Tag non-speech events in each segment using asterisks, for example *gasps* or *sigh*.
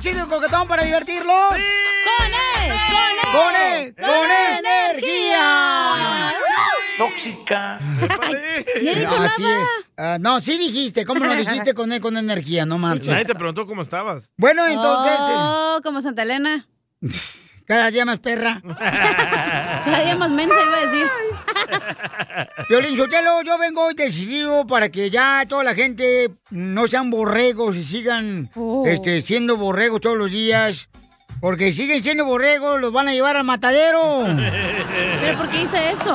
chido y coquetón para divertirlos. ¡Sí! ¡Con él! ¡Con él! ¡Con energía! Tóxica. No, Así es. Ah, no, sí dijiste. ¿Cómo no dijiste con él con energía? No Nadie marches. te preguntó cómo estabas. Bueno, entonces, eh, Oh, como Santa Elena. *laughs* cada día más perra. *laughs* Cada día más mensa iba a decir. Violín Sotelo, yo vengo hoy decidido para que ya toda la gente no sean borregos y sigan Oh. este, siendo borregos todos los días. Porque si siguen siendo borregos, los van a llevar al matadero. *laughs* ¿Pero por qué hice eso?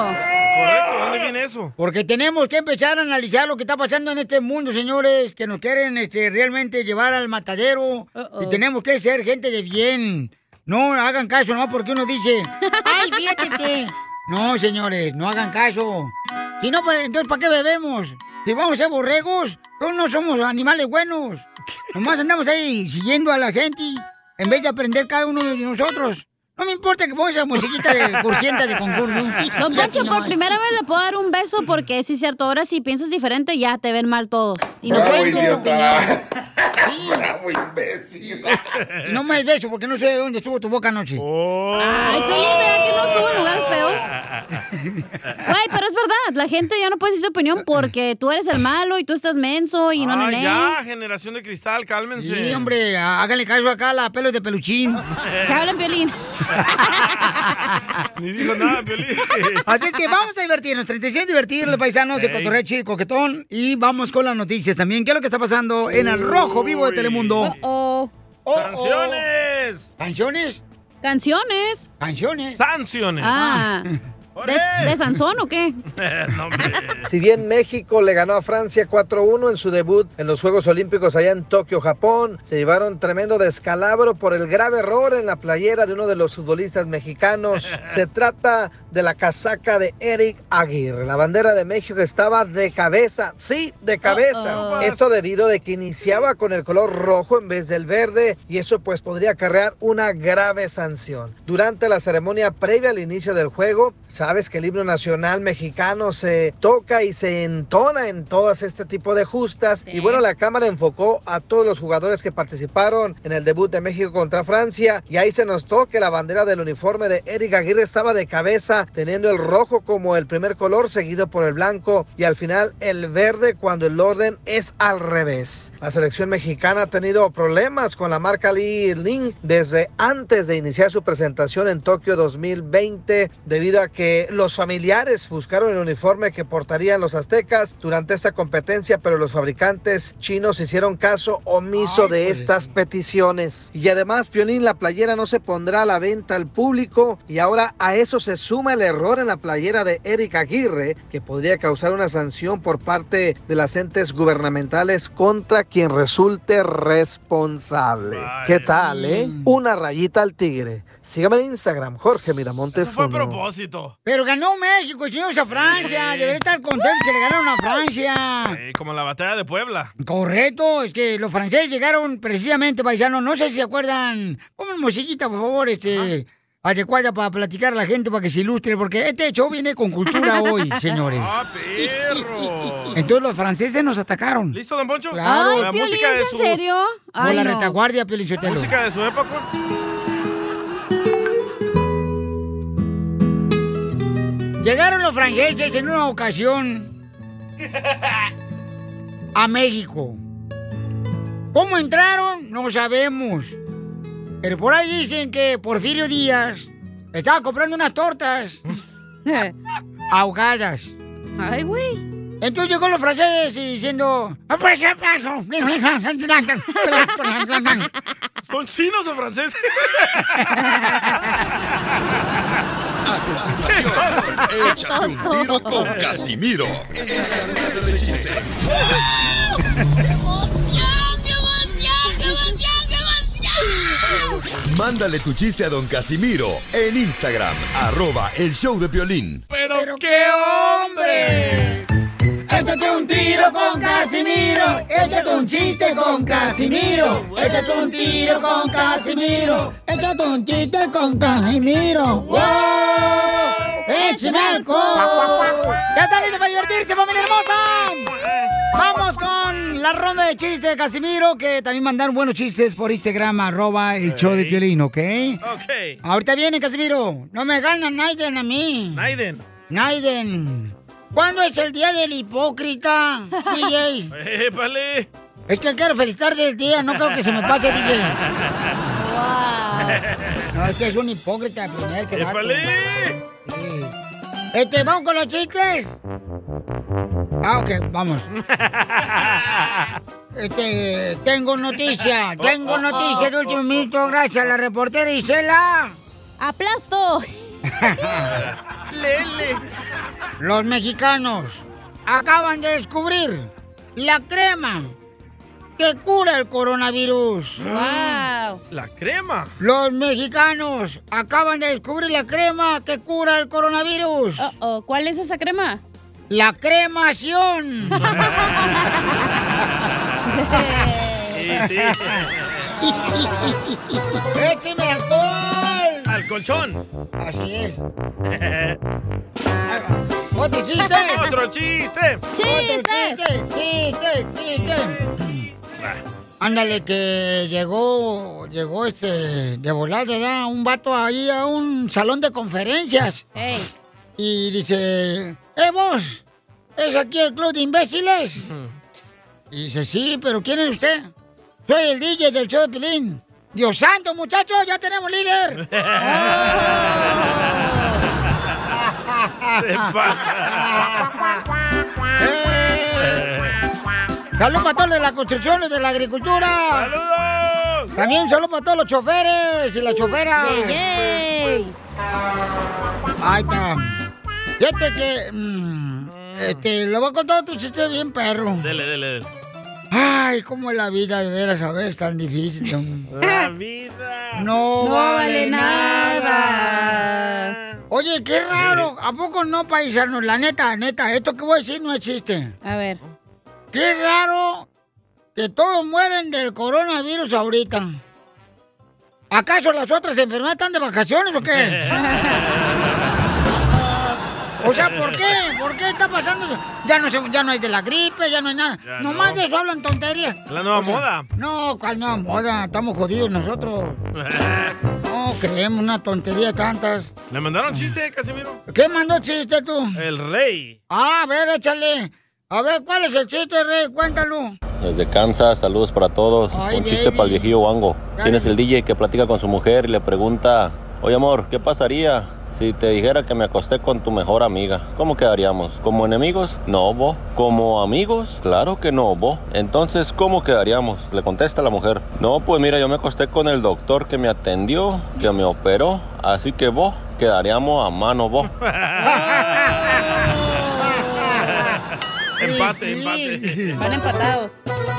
Correcto, ¿dónde viene eso? Porque tenemos que empezar a analizar lo que está pasando en este mundo, señores, que nos quieren este, realmente llevar al matadero. Y tenemos que ser gente de bien. No hagan caso, no, porque uno dice, ay, fíjate. no, señores, no hagan caso. Si no, pues, entonces, ¿para qué bebemos? Si vamos a ser borregos, todos no somos animales buenos. Nomás andamos ahí siguiendo a la gente en vez de aprender cada uno de nosotros. No me importa que pongas esa musiquita de cursienta de concurso. *laughs* Don *laughs* Ya aquí Poncho, por nomás. primera vez le puedo dar un beso porque sí es cierto, ahora si piensas diferente ya te ven mal todos. Y Oh, no Bravo, pueden ser tu idiota. opinión. Bravo, imbécil. No me beso porque no sé de dónde estuvo tu boca anoche. Oh. Ay, Piolín, ¿verdad que no estuvo en lugares feos? Güey, pero es verdad, la gente ya no puede decir tu opinión porque tú eres el malo y tú estás menso y no, no, no. Ah, ya, generación de cristal, cálmense. Sí, hombre, há- háganle caso acá a la pelos de *laughs* peluchín. Que hablan Piolín. *laughs* Ni dijo Ah, nada, Piolín. Así es que vamos a divertirnos, 37 divertirnos, paisanos, de Ey. cotorreo chido y coquetón. Y vamos con las noticias también. ¿Qué es lo que está pasando en el rojo vivo de Telemundo? oh. Oh, ¡Sanciones! ¿Canciones? Canciones. ¿Canciones? ¡Sanciones! Ah. ¿De, de Sansón o qué? *laughs* *laughs* No, hombre. Si bien México le ganó a Francia 4-1 en su debut en los Juegos Olímpicos allá en Tokio, Japón, se llevaron tremendo descalabro por el grave error en la playera de uno de los futbolistas mexicanos. Se trata de la casaca de Eric Aguirre. La bandera de México estaba de cabeza, sí, de cabeza. Uh-oh. Esto debido de que iniciaba con el color rojo en vez del verde y eso pues podría acarrear una grave sanción. Durante la ceremonia previa al inicio del juego, sabes que el himno nacional mexicano se toca y se entona en todas este tipo de justas y bueno, la cámara enfocó a todos los jugadores que participaron en el debut de México contra Francia y ahí se notó que la bandera del uniforme de Eric Aguirre estaba de cabeza teniendo el rojo como el primer color seguido por el blanco y al final el verde cuando el orden es al revés. La selección mexicana ha tenido problemas con la marca Li Ning desde antes de iniciar su presentación en Tokio 2020 debido a que los familiares buscaron el uniforme que portarían los aztecas durante esta competencia, pero los fabricantes chinos hicieron caso omiso Ay, de pues. estas peticiones. Y además, Piolín, la playera no se pondrá a la venta al público y ahora a eso se suma el error en la playera de Eric Aguirre que podría causar una sanción por parte de las entes gubernamentales contra quien resulte responsable. ¿Qué tal, eh? Una rayita al tigre. Sígame en Instagram, Jorge Miramontes. Eso fue a uno. propósito. Pero ganó México, señores, a Francia. Sí. Debería estar contentos que le ganaron a Francia. Eh, como la batalla de Puebla. Correcto, es que los franceses llegaron precisamente, paisanos, no sé si se acuerdan, ponme musiquita, por favor, este, adecuada para platicar a la gente, para que se ilustre, porque este show viene *laughs* con cultura hoy, señores. ¡Ah, perro! Entonces los franceses nos atacaron. ¿Listo, don Poncho? Claro. Ay, la Piolín, música de ¿es su, en serio? Por Ay, la no. retaguardia, Pielichotelo. Música de su época. Llegaron los franceses en una ocasión a México. ¿Cómo entraron? No sabemos. Pero por ahí dicen que Porfirio Díaz estaba comprando *laughs* unas tortas ahogadas. Ay, güey. Entonces llegó los franceses y diciendo... "Ah, pues, ah, ah". ¿Son chinos o franceses? continuación, échate un tiro con Casimiro. En la Arena del Chiste. Mándale tu chiste a don Casimiro en Instagram, arroba el show de violín. ¡Pero qué hombre! Échate un tiro con Casimiro, échate un chiste con Casimiro, échate un tiro con Casimiro, échate un chiste con Casimiro. ¡Wow! ¡Échame alcohol! ¡Ya está listo para divertirse, familia hermosa! ¡Vamos con la ronda de chistes de Casimiro, que también mandaron buenos chistes por Instagram, arroba el show de Piolín, ¿ok? Oh, Ok. Ahorita viene, Casimiro. No me gana Naiden a mí. Naiden. Naiden. ¿Cuándo es el día del hipócrita, DJ? ¡Épale! Es que quiero felicitarte el día, no creo que se me pase, *laughs* DJ. *laughs* No, este es un hipócrita de primer que vato. ¡Épale! Sí. Este, vamos con los chistes. Ah, ok, vamos. Este, tengo noticia, tengo noticia de último minuto, gracias a la reportera Isela. ¡Aplasto! ¡Lele! *laughs* Los mexicanos acaban de descubrir la crema que cura el coronavirus. ¡Wow! ¡La crema! Los mexicanos acaban de descubrir la crema que cura el coronavirus. Oh, oh. ¿Cuál es esa crema? La cremación. Sí, sí. ¡Écheme alcohol! ¡Al colchón! Así es. Otro chiste. ¡Otro chiste! ¡Chiste! Chiste, chiste, chiste. Ándale, que llegó, llegó este, de volada, ¿verdad? Un vato ahí a un salón de conferencias ¡Ey! y dice, ¡Eh, vos! ¿Es aquí el club de imbéciles? Y dice, sí, pero ¿quién es usted? Soy el DJ del show de Pilín. Dios santo, muchachos, ya tenemos líder. *laughs* Se pasa. ¡Eh! Salud para todos de la construcción y de la agricultura. ¡Saludos! También un saludo para todos los choferes y las choferas. ¡Yay! Ahí está. Fíjate que. mm, este, lo voy a contar otro chiste bien, perro. Dele, dele, dele. Ay, cómo es la vida de veras, a veces tan difícil. tan- ¡La vida! No, No vale nada. Ah. Oye, qué Eh, raro. ¿A poco no, paisanos? La neta, neta, esto que voy a decir no existe. A ver. Qué raro que todos mueren del coronavirus ahorita. ¿Acaso las otras enfermedades están de vacaciones o *laughs* qué? O sea, ¿por qué? ¿Por qué está pasando eso? Ya no, se, ya no hay de la gripe, ya no hay nada. Ya Nomás no. de eso hablan tonterías. La nueva moda. No, cuál nueva moda, estamos jodidos nosotros. No creemos una tontería tantas. *laughs* Le mandaron chiste, Casimiro. ¿Qué mandó chiste tú? El rey. Ah, a ver, échale. A ver, ¿cuál es el chiste, Rey? Cuéntalo. Desde Kansas, saludos para todos. Ay, Un chiste baby. para el viejillo Wango. Dale. Tienes el DJ que platica con su mujer y le pregunta, oye amor, ¿qué pasaría si te dijera que me acosté con tu mejor amiga? ¿Cómo quedaríamos? ¿Como enemigos? No, bo. ¿Como amigos? Claro que no, bo. Entonces, ¿cómo quedaríamos? Le contesta la mujer. No, pues mira, yo me acosté con el doctor que me atendió, que me operó, así que bo, quedaríamos a mano, bo. Empate, Sí, empate. sí. Van empatados.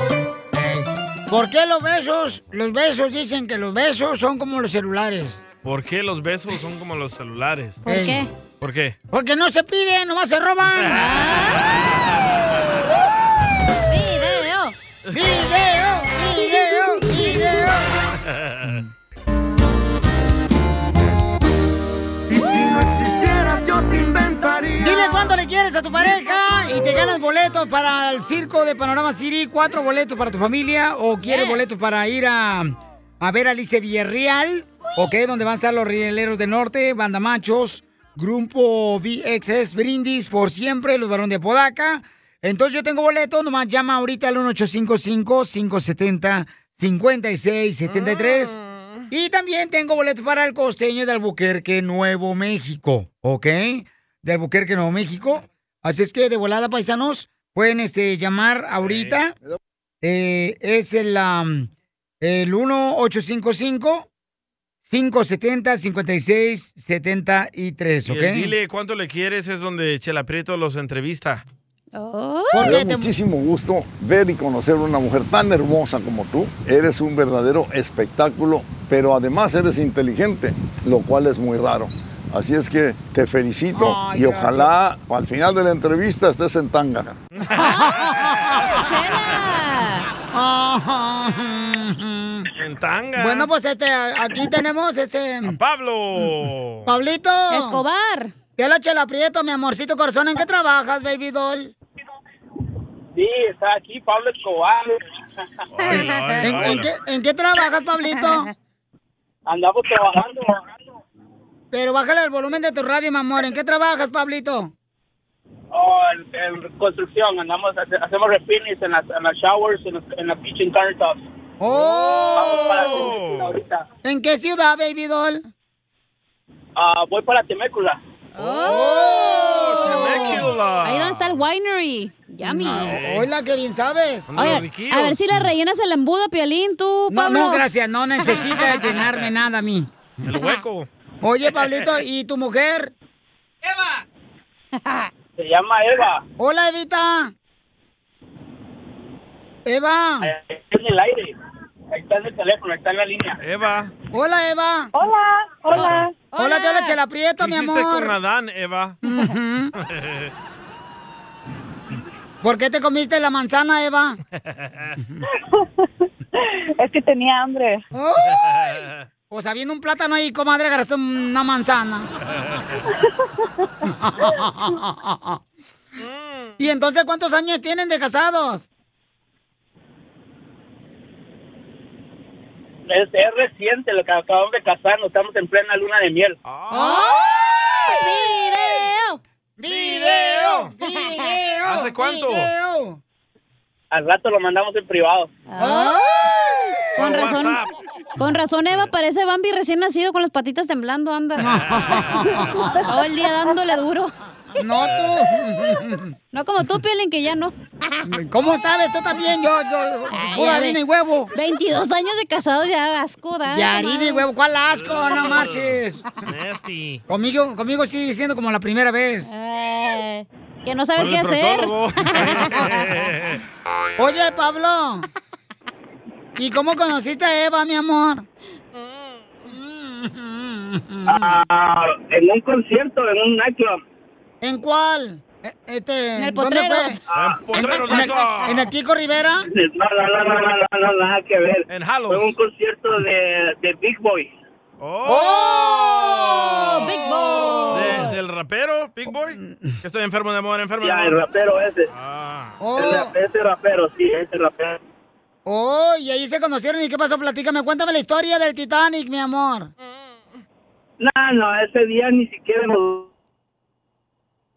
Ey, ¿Por qué los besos? Los besos dicen que los besos son como los celulares. ¿Por qué los besos son como los celulares? ¿Por Ey. qué? ¿Por qué? Porque no se piden, nomás se roban. ¡Video! ¡Video! ¡Video! ¡Video! Y si no existieras yo te inventaría. Dile cuánto le quieres a tu pareja y te ganas boletos para el circo de Panorama City, cuatro boletos para tu familia o quieres Yes. boletos para ir a, a ver a Alice Villarreal, ok, donde van a estar los rieleros del norte, Banda Machos, Grupo BXS, Brindis, por siempre, los varones de Podaca. Entonces yo tengo boletos, nomás llama ahorita al 1855-570-5673. Y también tengo boletos para el costeño de Albuquerque, Nuevo México, ¿ok? De Albuquerque, Nuevo México. Así es que de volada, paisanos, pueden este, llamar ahorita. Eh, es el, am, el 1-855-570-5673, Y el ¿ok? dile cuánto le quieres es donde Chela Prieto los entrevista. Oh. ¿Por Me qué da te- muchísimo gusto ver y conocer a una mujer tan hermosa como tú. Eres un verdadero espectáculo, pero además eres inteligente, lo cual es muy raro. Así es que te felicito Ay, y ojalá al final de la entrevista estés en tanga. ¡Chela! Ah, En tanga. Bueno, pues este, aquí tenemos este... Pablo. Pablito. ¡Escobar! Ya la chela prieto, mi amorcito corazón, ¿en qué trabajas, baby doll? Sí, está aquí Pablo Escobar. ¿En, en qué, en qué trabajas, *laughs* Pablito? Andamos trabajando. Pero bájale el volumen de tu radio, mi amor. ¿En qué trabajas, Pablito? Oh, en, en construcción, andamos, hace- hacemos refinish en las, en las showers, en los, en los kitchen countertops. Vamos para Temécula ¡Oh! ahorita. ¿En qué ciudad, baby doll? Ah, voy para Temécula. Oh, Ahí donde está el winery. Yummy. Ah, No, hola, qué bien sabes. Oye, a ver si la rellenas el embudo, Piolín, tú, No, Pablo. no, gracias. No necesita *laughs* llenarme nada a mí. El hueco. Oye, Pablito, ¿y tu mujer? Se llama Eva. Hola, Evita. Eva. Está en el aire. Ahí está en el teléfono, ahí está en la línea. Eva, Hola, Eva. Ah, Hola, hola. Hola, te habla Chela ¿qué Prieto, mi hiciste con amor. Adán, Eva? *laughs* Ujú. ¿Por qué te comiste la manzana, Eva? *laughs* *laughs* Es que tenía hambre. ¡Ay! O sea, viendo un plátano ahí, comadre, agarraste una manzana. ¿Y entonces cuántos años tienen de casados? Es, es reciente lo que acabamos de casarnos, estamos en plena luna de miel. Ah. ¡Video! ¡Video! ¡Video! ¿Hace cuánto? ¡Video! Al rato lo mandamos en privado. Ah, Con Por razón, WhatsApp. con razón, Eva parece Bambi recién nacido con las patitas temblando, anda. Todo el día dándole duro. No tú. No como tú, Piolín, que ya no. ¿Cómo sabes? Tú también, yo, yo, pura ya harina ve. y huevo. 22 años de casado ya asco, da. De harina y huevo, ¿cuál asco? No marches. Nasty. Conmigo, conmigo sigue siendo como la primera vez. Eh, que no Con sabes el qué hacer. proctólogo. Oye, Pablo. *laughs* ¿Y cómo conociste a Eva, mi amor? Ah, en un concierto, en un nightclub. ¿En cuál? Eh, Este, En el ¿Dónde Potreros. fue? Potreros, ¿En, el, eso. en el Pico Rivera? No, no, no, no, no, no, no, nada que ver. En Fue un Halos. concierto de, de Big Boy. Oh. ¡Oh! Big Boy. De- ¿Del rapero, Big Mm. Boy? Que estoy enfermo de amor, enfermo de Ya, el amor. rapero ese. Ah. El Oh, ra- ese rapero, sí, ese rapero. oh, y ahí se conocieron. ¿Y qué pasó? Platícame, cuéntame la historia del Titanic, mi amor. No, no, ese día ni siquiera nos...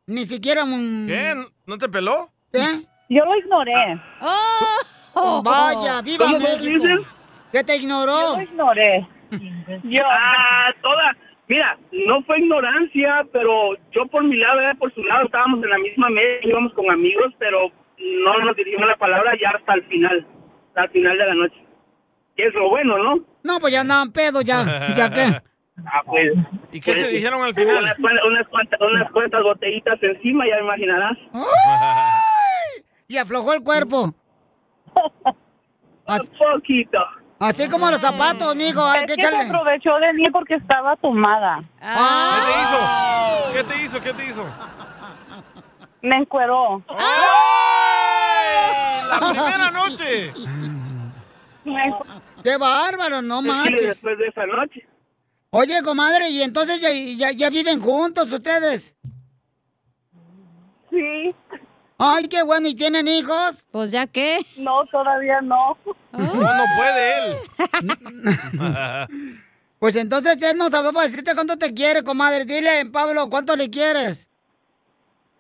Ni siquiera un... ¿Qué? ¿No te peló? ¿Eh? Yo lo ignoré. Oh, Ah. Vaya, viva ¿Cómo me México. dices? Que te Yo ignoró. lo ignoré. Yo. Ah, toda... Mira, no fue ignorancia, pero yo por mi lado, ella por su lado, estábamos en la misma mesa, íbamos con amigos, pero no nos dirigimos la palabra ya hasta el final, hasta el final de la noche. Que es lo bueno, ¿no? No, pues ya andaban pedo, ya. ¿Ya qué? Ah, pues... ¿Y qué se pues, dijeron al Unas, final? cuan- unas, cuantas, unas cuantas botellitas encima, ya imaginarás. Y aflojó el cuerpo. Así, *laughs* Un poquito. así como los zapatos, mijo. Hay Mm. Es que que se echarle. aprovechó de mí porque estaba tomada. ¿Qué Ah, te hizo? ¿Qué te hizo? ¿Qué te hizo? Me encueró. Ah. ¡Ay! ¡La primera noche! Me encueró. ¡Qué bárbaro! No Y manches. después de esa noche. Oye, comadre, y entonces ya, ya, ya viven juntos ustedes. Sí. Ay, qué bueno, ¿y tienen hijos? pues ya qué. No, todavía no. No, no puede él. Pues entonces él nos habló para decirte cuánto te quiere, comadre. Dile, Pablo, ¿cuánto le quieres?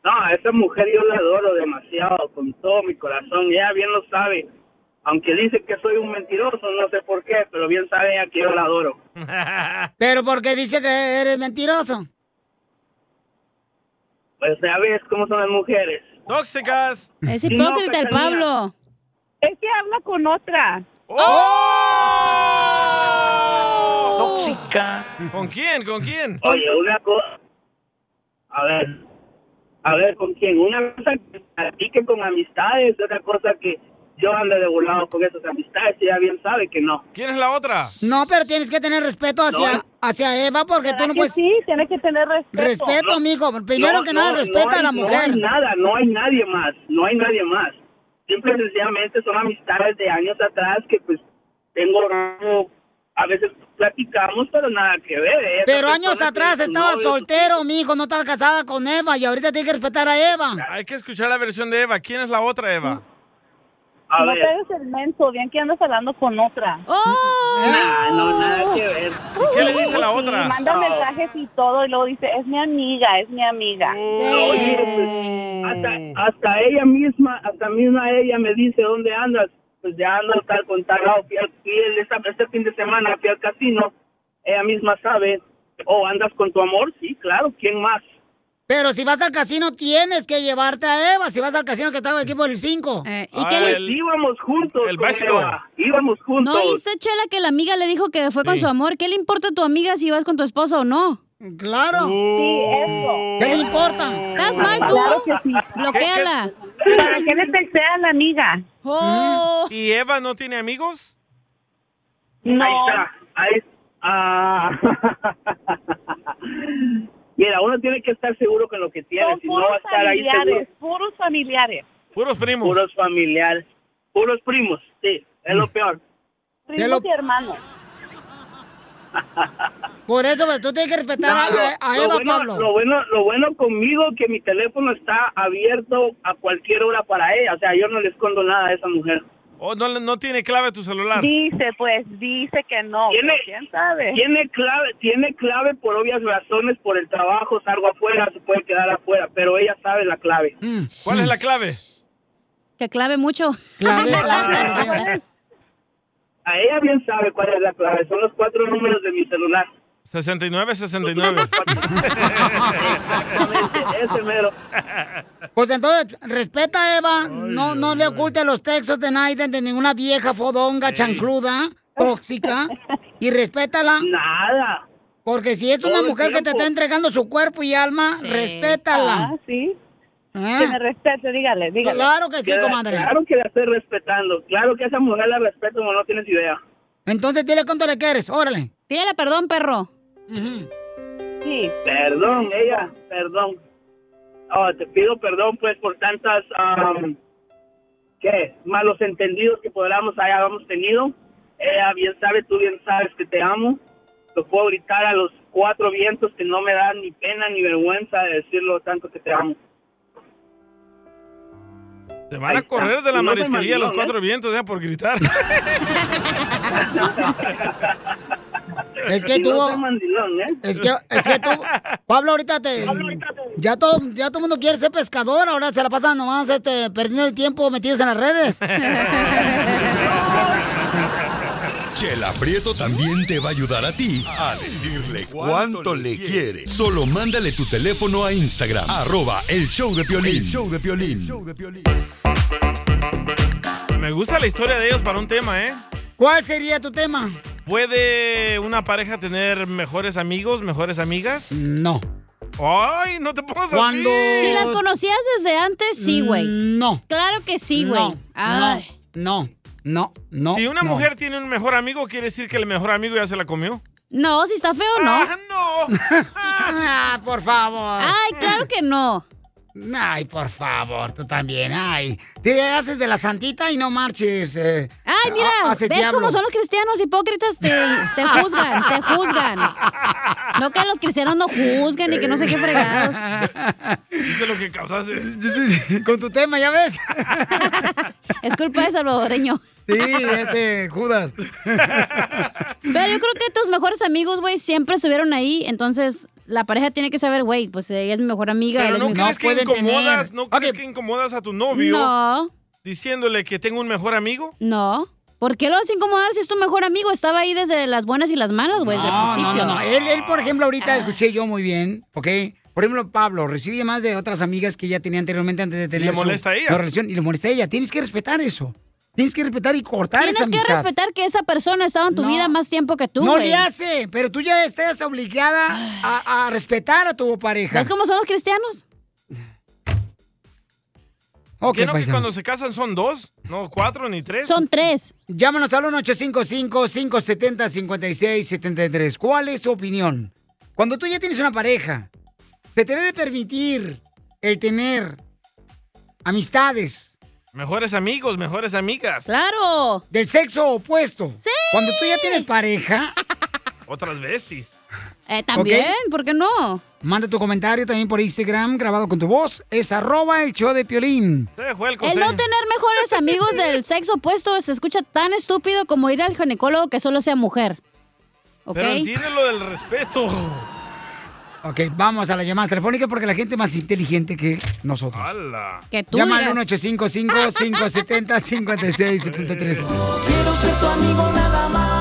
No, a esa mujer yo la adoro demasiado, con todo mi corazón. Ella bien lo sabe. Aunque dice que soy un mentiroso, no sé por qué, pero bien sabe ella que yo la adoro. Pero porque dice que eres mentiroso. Pues ya ves cómo son las mujeres. pues, Tóxicas. Es hipócrita el Cachanilla. Pablo. Es que habla con otra. ¡Oh! ¡Oh! ¿Con quién? ¿Con quién? Oye, una cosa. A ver. A ver, ¿con quién? Una cosa que platiquen con amistades, otra cosa que yo ando de volado con esas amistades. Ella bien sabe que no. ¿Quién es la otra? No, pero tienes que tener respeto hacia, No. hacia Eva porque tú ¿Verdad no que puedes... Sí, tiene que tener respeto. Respeto, amigo. Primero No, que no, nada, respeta no a la hay- mujer. No hay nada, no hay nadie más, no hay nadie más. Simple y sencillamente son amistades de años atrás que pues tengo, no, a veces platicamos, pero nada que ver. ¿eh? pero Esa años persona atrás tiene su estaba novio, su- soltero, mijo, no estaba casada con Eva y ahorita tiene que respetar a Eva. Hay que escuchar la versión de Eva. ¿Quién es la otra Eva? A no ver. te hagas el menso, bien que andas hablando con otra. ¡Oh! Ah, Nah, no, nada que ver. Ah. ¿Y qué le dice la otra? Ah. Y manda No. mensajes y todo, y luego dice, es mi amiga, es mi amiga. Oye, Eh. hasta, hasta ella misma, hasta misma ella me dice, ¿dónde andas? Pues ya ando tal con tal lado, fui al- fui el- esta- este fin de semana fui al casino, ella misma sabe, oh, ¿andas con tu amor? Sí, claro, ¿quién más? Pero si vas al casino, tienes que llevarte a Eva. Si vas al casino que está aquí por el 5. Eh, ¿y qué le- Ah, El- Íbamos juntos. con básico. Eva, íbamos juntos. ¿No oíste, Chela, que la amiga le dijo que fue con su amor? ¿Qué le importa a tu amiga si vas con tu esposa o no? Claro. Sí, eso. ¿Qué le importa? Estás mal tú. Claro que sí. Bloquéala. ¿Para qué le pensé a la amiga? Oh. ¿Y Eva no tiene amigos? Ahí está, *laughs* ahí- ah. Mira, uno tiene que estar seguro con lo que tiene, Son si no va a puros estar ahí seguro. familiares, puros familiares. Puros primos. Puros familiares. Puros primos, sí, es lo peor. Primos y hermanos. Por eso, pues, tú tienes que respetar No, a, a Eva, bueno, Pablo. Lo bueno, lo bueno conmigo que mi teléfono está abierto a cualquier hora para ella. O sea, yo no le escondo nada a esa mujer. ¿O Oh, no, le- no tiene clave tu celular? Dice, pues, dice que no. Tiene- pero ¿Quién sabe? *laughs* Tiene clave, tiene clave por obvias razones, por el trabajo, salgo afuera, se puede quedar afuera, pero ella sabe la clave. ¿Cuál es la clave? Que clave mucho. *laughs* A ella bien sabe cuál es la clave. Son los cuatro números de mi celular. *laughs* 69, 69. Ese mero. Pues entonces, respeta a Eva. no, no le oculte los textos de Naiden de ninguna vieja fodonga, *laughs* chancluda, tóxica. Y respétala. Nada. Porque si es una Todo el mujer que te tiempo. está entregando su cuerpo y alma, respétala. Ah, sí. ¿Eh? Que me respete, dígale, dígale. Claro que la estoy respetando. Claro que a esa mujer la respeto como no tienes idea. Entonces, dile cuánto le quieres. Órale. Pídele perdón, perro. Sí. Perdón, ella, perdón. Ah, te pido perdón, pues, por tantas, am, ¿qué? Malos entendidos que podamos hayamos tenido. Ella bien sabe, tú bien sabes que te amo. Lo puedo gritar a los cuatro vientos que no me da ni pena ni vergüenza de decirlo tanto que te amo. Te van Ahí a está. correr de la No me ¿eh? marisquería mandó, los cuatro vientos ya por gritar. Es que tú. ¿eh? Es que, es que tú. Pablo, ahorita te. Ya todo, ya todo el mundo quiere ser pescador. Ahora se la pasan nomás este, perdiendo el tiempo metidos en las redes. *laughs* Chela Prieto también te va a ayudar a ti a decirle cuánto le quiere. Solo mándale tu teléfono a Instagram, arroba el show de Piolín. show de Me gusta la historia de ellos para un tema, ¿eh? ¿Cuál sería tu tema? ¿Puede una pareja tener mejores amigos, mejores amigas? No. ¡Ay, no te pongas así! Si las conocías desde antes, sí, güey. No. Claro que sí, güey. Ah. No, Ah. Ay. No, no, no. Si una no. mujer tiene un mejor amigo, quiere decir que el mejor amigo ya se la *laughs* comió. No, si está feo, no. Ah, no. ah, por favor. Ay, claro que no. Ay, por favor, tú también. Ay, te haces de la santita y no marches. eh. *laughs* Ay, mira, Ha- ves haces diablo. cómo son los cristianos hipócritas, te, te juzgan, te juzgan. No que los cristianos no juzgan y que no sé qué fregados. Dice lo que causaste. *laughs* Con tu tema, ya ves. Es culpa de salvadoreño. *laughs* Sí, este, Judas. Pero yo creo que tus mejores amigos, güey, siempre estuvieron ahí, entonces la pareja tiene que saber, güey, pues ella es mi mejor amiga. él Pero es no mi- crees, que incomodas, ¿no crees que incomodas a tu novio No. diciéndole que tengo un mejor amigo? No. ¿Por qué lo vas a incomodar si es tu mejor amigo? Estaba ahí desde las buenas y las malas, güey, desde el No, no, principio. no, no. Ah. Él, él, por ejemplo, ahorita escuché yo muy bien, ¿ok? Por ejemplo, Pablo recibe llamadas de otras amigas que ya tenía anteriormente antes de tener le su- molesta a ella. la relación y le molesta a ella. Tienes que respetar eso. Tienes que respetar y cortar Tienes esa que amistad. respetar que esa persona ha estado en tu vida más tiempo que tú, no güey. le hace, pero tú ya estás obligada a, a respetar a tu pareja. ¿Ves cómo son los cristianos? Ok, ¿Qué no que paisanos. cuando se casan son dos? No, cuatro ni tres. tres. Llámanos al 1-855-570-5673. ¿Cuál es tu opinión? Cuando tú ya tienes una pareja, ¿te debe de permitir el tener amistades? Mejores amigos, mejores amigas. ¡Claro! Del sexo opuesto. Sí. Cuando tú ya tienes pareja, Otras besties. Eh, también, ¿Ok? ¿por qué no? Manda tu comentario también por Instagram, grabado con tu voz. Es arroba el show de Piolín. el no tener mejores amigos del sexo opuesto se escucha tan estúpido como ir al ginecólogo que solo sea mujer. ¿Ok? Pero entiende lo del respeto. Ok, vamos a las llamadas telefónicas porque la gente es más inteligente que nosotros. ¡Hala! Que tú Llama dirás. al 1-855-570-5673. Quiero ser tu amigo nada más.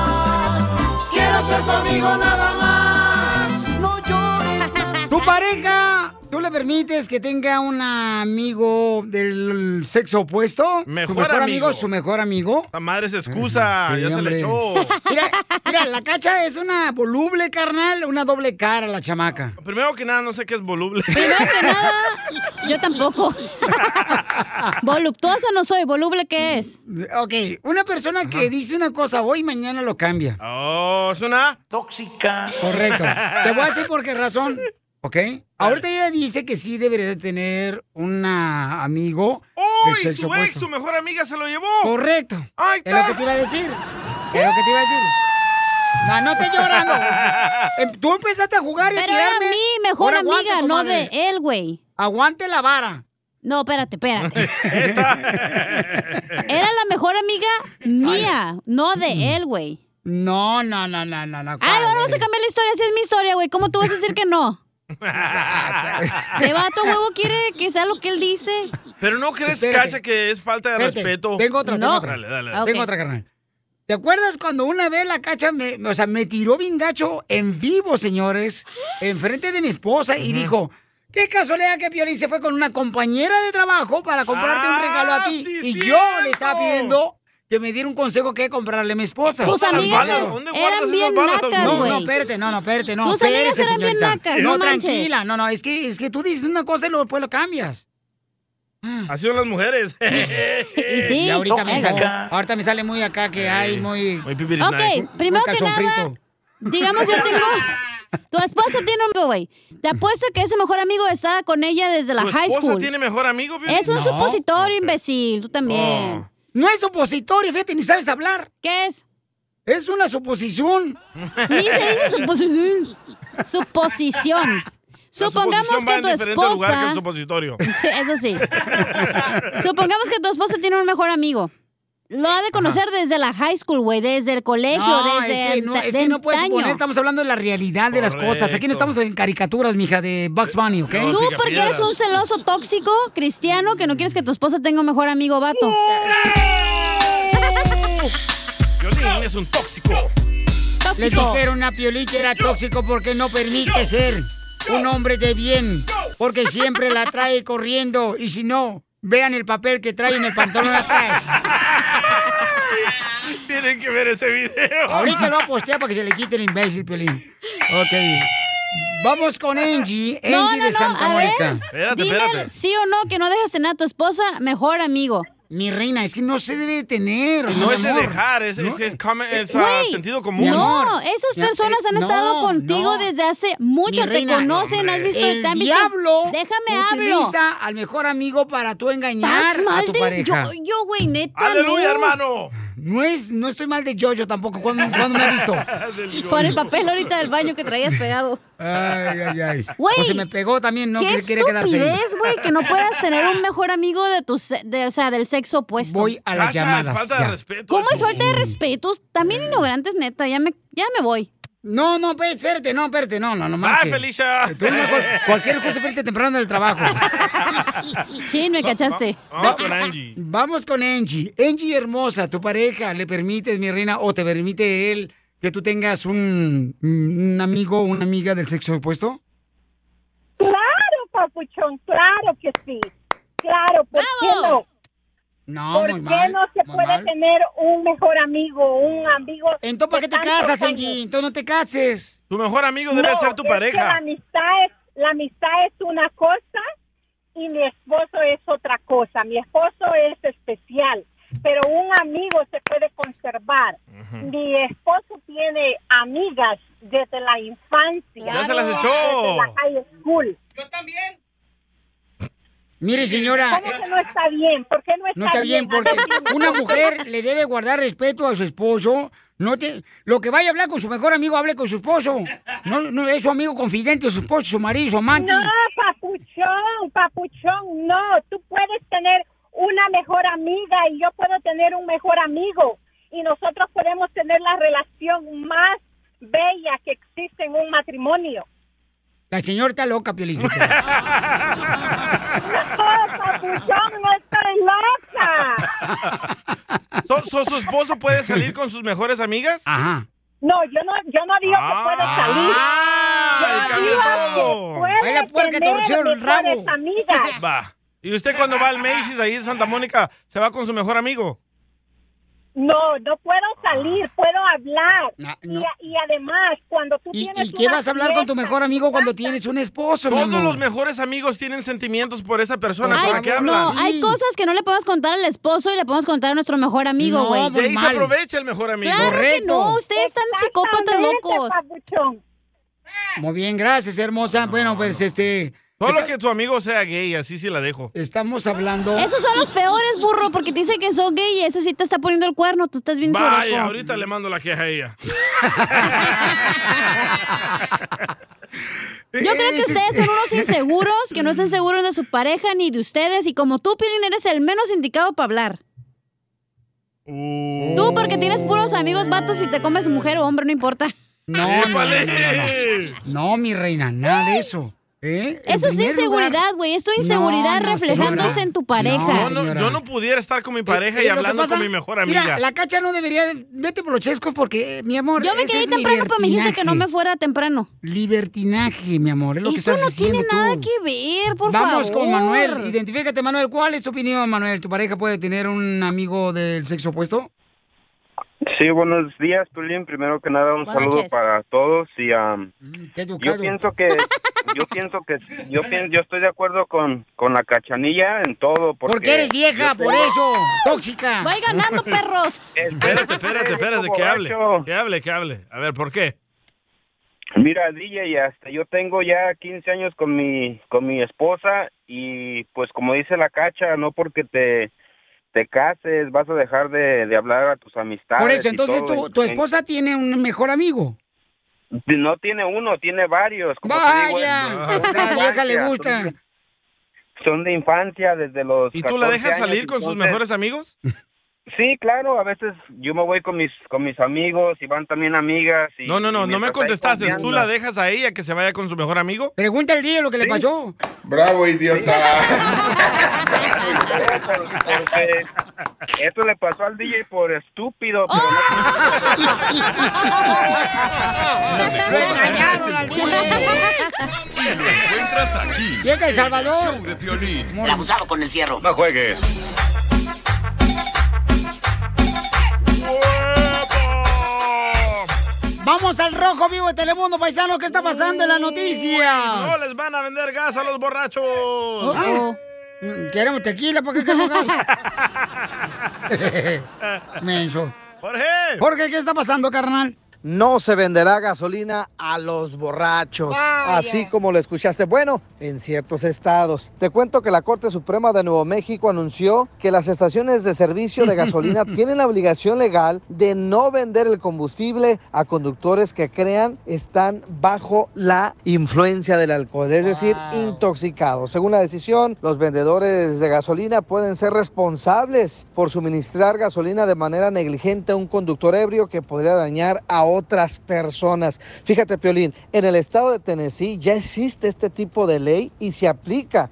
Quiero ser tu amigo nada *laughs* más. No llores. *laughs* ¿Tu pareja, tú le permites que tenga un amigo del sexo opuesto? Mejor ¿Su mejor amigo? amigo. ¿Su mejor amigo? La madre es excusa, Ah, Sí, ya hombre. se le echó. Mira, mira, la cacha es una voluble, carnal, una doble cara la chamaca. Primero que nada, no sé qué es *laughs* voluble. Yo *laughs* tampoco. Voluptuosa no soy, voluble qué es. Ok, una persona que dice una cosa hoy, mañana lo cambia. Oh, es una tóxica. Correcto. Te voy a decir *laughs* por qué razón, ¿ok? Ahorita ella dice que sí debería de tener un amigo ¡Oh, del y sexo su ex, su opuesto. mejor amiga, se lo llevó! Correcto. ¡Ay, Es lo que te iba a decir. Es lo que te iba a decir. No, no estés *laughs* llorando. Em, Tú empezaste a jugar y a Pero tirarme. era mi mejor Ahora aguanta, amiga, no de comadre. él, güey. Aguante la vara. No, espérate, *laughs* espérate. Era la mejor amiga mía, no de él, güey. No, no, no, no, no, no. Ay, ahora vamos a cambiar la historia, así es mi historia, güey. ¿Cómo tú vas a decir que no? Este *laughs* vato huevo quiere que sea lo que él dice. Pero no crees, Espérate. Cacha, que es falta de Espérate, respeto. Tengo otra, tengo otra. Dale, dale. Ah, Tengo otra, carnal. ¿Te acuerdas cuando una vez la cacha me, o sea, me tiró bien gacho en vivo, señores, enfrente de mi esposa y dijo, qué casualidad que Piolín se fue con una compañera de trabajo para comprarte Ah, un regalo a ti? y yo le estaba pidiendo que me diera un consejo que comprarle a mi esposa. Tus Claro. amigas eran- ¿Dónde guardas eran esas bien balas, nacas, No, güey. no, espérate, no, no, espérate, no. Tus amigas espérese, eran bien señorita. nacas, No, no manches. tranquila, no, no, es que, es que tú dices una cosa y luego después lo cambias. Mm. Así son las *laughs* mujeres. Eh, y Y ahorita me, sale, ahorita me sale muy acá que hay muy. Muy Ok, primero que nada, digamos yo *laughs* tengo... Tu esposa tiene un amigo, güey. Te apuesto que ese mejor amigo estaba con ella desde la ¿Tu high esposa school. tiene mejor amigo? Piolín? Es un supositorio, imbécil. Tú también. Oh. No es supositorio, fíjate, ni sabes hablar. ¿Qué es? Es una suposición. Ni se *laughs* dice suposición. Suposición. La Supongamos suposición va que en tu diferente lugar que esposa. el supositorio. *laughs* Sí, eso *laughs* sí. Supongamos que tu esposa tiene un mejor amigo. Lo ha de conocer desde la high school, güey, desde el colegio, No, desde es que no, anta- es de que no puedes antaño. suponer, estamos hablando de la realidad de las cosas. Aquí Correcto. no estamos en caricaturas, mija, de Bugs Bunny, ¿ok? Tú porque eres un celoso tóxico cristiano que no quieres que tu esposa tenga un mejor amigo vato. Piolín es un tóxico. Le Tóxico. dijeron a Piolín que era tóxico porque no permite ser un hombre de bien. Porque siempre la trae corriendo. Y si no, vean el papel que trae en el pantalón atrás. *laughs* Tienen que ver ese video. Ahorita lo va a postear para que se le quite el imbécil, Piolín. Ok. Vamos con Angie. Angie No, no, de no, Santa a ver, Mónica. Dime sí o no que no dejas tener a tu esposa mejor amigo. Mi reina, es que no se debe de tener. o sea, No mi es de amor. dejar, es, No, es, es common- es, Güey, ah, sentido común. No, esas eh, personas han estado contigo desde hace mucho, Mi reina, te conocen, has visto, el te han visto. diablo Déjame hablo. Utiliza al mejor amigo para tú engañar Estás a mal tu de- pareja. yo- Yo, güey, neta. no. No es, no estoy mal de yo-yo tampoco. ¿Cuándo, cuándo me he *laughs* visto? Por el papel ahorita del baño que traías pegado. Ay, ay, ay. Güey, Pues se me pegó también, no Qué que quería quedarse ahí. estupidez, güey, que no puedas tener un mejor amigo de tu, se- de- o sea, del sexo opuesto. Voy a las Cacha, es llamadas, falta de ya. respeto ¿Cómo es eso. falta de respeto? También ignorantes, neta, ya me, ya me voy. No, no, pues, espérate, no, espérate, no, no, no marches. Felicia! Tú mejor, cualquier cosa, espérate temprano del trabajo. Sí, me cachaste. Vamos con Angie. Vamos con Angie. Angie hermosa, tu pareja, ¿le permites, mi reina, o te permite él que tú tengas un, un amigo o una amiga del sexo opuesto? Claro, papuchón, claro que sí. Claro, ¿por qué no? No, ¿Por muy qué mal. no se muy puede mal. tener un mejor amigo, un amigo? Entonces, ¿para qué te casas, Angie? Entonces, no te cases. Tu mejor amigo debe ser tu es Que la pareja. amistad es la amistad es una cosa y mi esposo es otra cosa. Mi esposo es especial, pero un amigo se puede conservar. Mi esposo tiene amigas desde la infancia. Ya se las desde echó. la high school. Yo también. Mire, señora. ¿Cómo que no está bien? ¿Por qué no está, No está bien, porque *laughs* una mujer le debe guardar respeto a su esposo. No te, lo que vaya a hablar con su mejor amigo, hable con su esposo. No, no es su amigo confidente, su esposo, su marido, su amante. No, papuchón, papuchón, no. Tú puedes tener una mejor amiga y yo puedo tener un mejor amigo. Y nosotros podemos tener la relación más bella que existe en un matrimonio. La señora está loca, Piolín. No, papuchón, no estoy loca. ¿So, so su esposo *laughs* puede salir con sus mejores amigas? Ajá. No, yo no, yo no digo que puede salir. Ah, Yo ahí digo cambia que todo. puede tener mejores amigas. *laughs* Va. ¿Y usted cuando *laughs* va al Macy's ahí en Santa Mónica, se va con su mejor amigo? No, no puedo salir, puedo hablar. Ah, no. Y, y además, cuando tú ¿Y, tienes y qué una vas a hablar con tu fiesta- mejor amigo cuando tienes un esposo, mi Todos amor? los mejores amigos tienen sentimientos por esa persona. Ay, ¿Por qué hablan? no, hay cosas que no le podemos contar al esposo y le podemos contar a nuestro mejor amigo, güey. De ahí se aprovecha el mejor amigo. Claro que no, ustedes están psicópatas locos. Muy bien, gracias, hermosa. bueno, pues este. Solo que tu amigo sea gay, así sí la dejo. Estamos hablando. Esos son los peores, burro, porque te dicen que son gay y ese sí te está poniendo el cuerno, tú estás bien Vaya, choreco. ahorita le mando la queja a ella. Yo creo que Ese- ustedes son unos inseguros, que no están seguros de su pareja ni de ustedes, y como tú, Piolín, eres el menos indicado para hablar. Tú, porque tienes puros amigos vatos y te comes mujer o hombre, no importa. No, no, no, no, no, no. No, mi reina, nada de eso. ¿Eh? En Eso es primer lugar- inseguridad, güey. Esto es inseguridad No, no, reflejándose señora. en tu pareja. No, no, yo no pudiera estar con mi pareja Eh, y lo que hablando pasa- con mi mejor amiga. Mira, la cacha no debería. Vete por los chescos porque, eh, mi amor. Yo me ese quedé es temprano, pero me dijiste que no me libertinaje. fuera temprano. Libertinaje, mi amor. Es lo que Eso estás no tiene haciendo tú. nada que ver, por Vamos favor. con Manuel. Identifícate, Manuel. ¿Cuál es tu opinión, Manuel? ¿Tu pareja puede tener un amigo del sexo opuesto? Sí, buenos días, Tulín. Primero que nada, un Buenas saludo noches. para todos y am, Qué yo educado. pienso que yo pienso que yo pien- yo estoy de acuerdo con con la cachanilla en todo porque, Porque eres vieja, yo por tengo- eso. Tóxica. Voy *laughs* ganando, perros. Espérate, espérate, espérate, que hable. Que hable, que hable. A ver, ¿por qué? Mira, DJ, hasta yo tengo ya 15 años con mi con mi esposa y pues como dice la cacha, no porque te te cases vas a dejar de, de hablar a tus amistades. Por eso, y entonces todo. tu, tu esposa tiene un mejor amigo. no tiene uno, tiene varios. Como te digo, Vaya, es- a *laughs* la vieja le gusta. son de infancia desde los ¿Y tú la 14 dejas años, salir con sus entonces- mejores amigos? Sí, claro, a veces yo me voy con mis con mis amigos y van también amigas y No, no, no, y no me mientras ahí contestaste. ¿Tú conviendo. *laughs* la dejas a ella que se vaya con su mejor amigo? Pregunta al día lo que le pasó. Bravo, idiota. Porque esto le pasó al DJ por estúpido, pero Encuentras aquí. Llega El Salvador. show de Piolín. El abusado con el cierro. No juegues. Vamos al rojo vivo de Telemundo, paisano. ¿Qué está pasando en las No noticias? les van a vender gas a los borrachos. Ah, mm, Queremos tequila, ¿por qué *laughs* queremos gas? Menso. Jorge. Jorge, ¿qué está pasando, carnal? No se venderá gasolina a los borrachos, Vaya. así como lo escuchaste. Bueno, en ciertos estados. Te cuento que la Corte Suprema de Nuevo México anunció que las estaciones de *laughs* servicio de gasolina tienen la obligación legal de no vender el combustible a conductores que crean están bajo la influencia del alcohol, es decir, intoxicados. Según la decisión, los vendedores de gasolina pueden ser responsables por suministrar gasolina de manera negligente a un conductor ebrio que podría dañar a otras personas. Fíjate, Piolín, en el estado de Tennessee ya existe este tipo de ley y se aplica.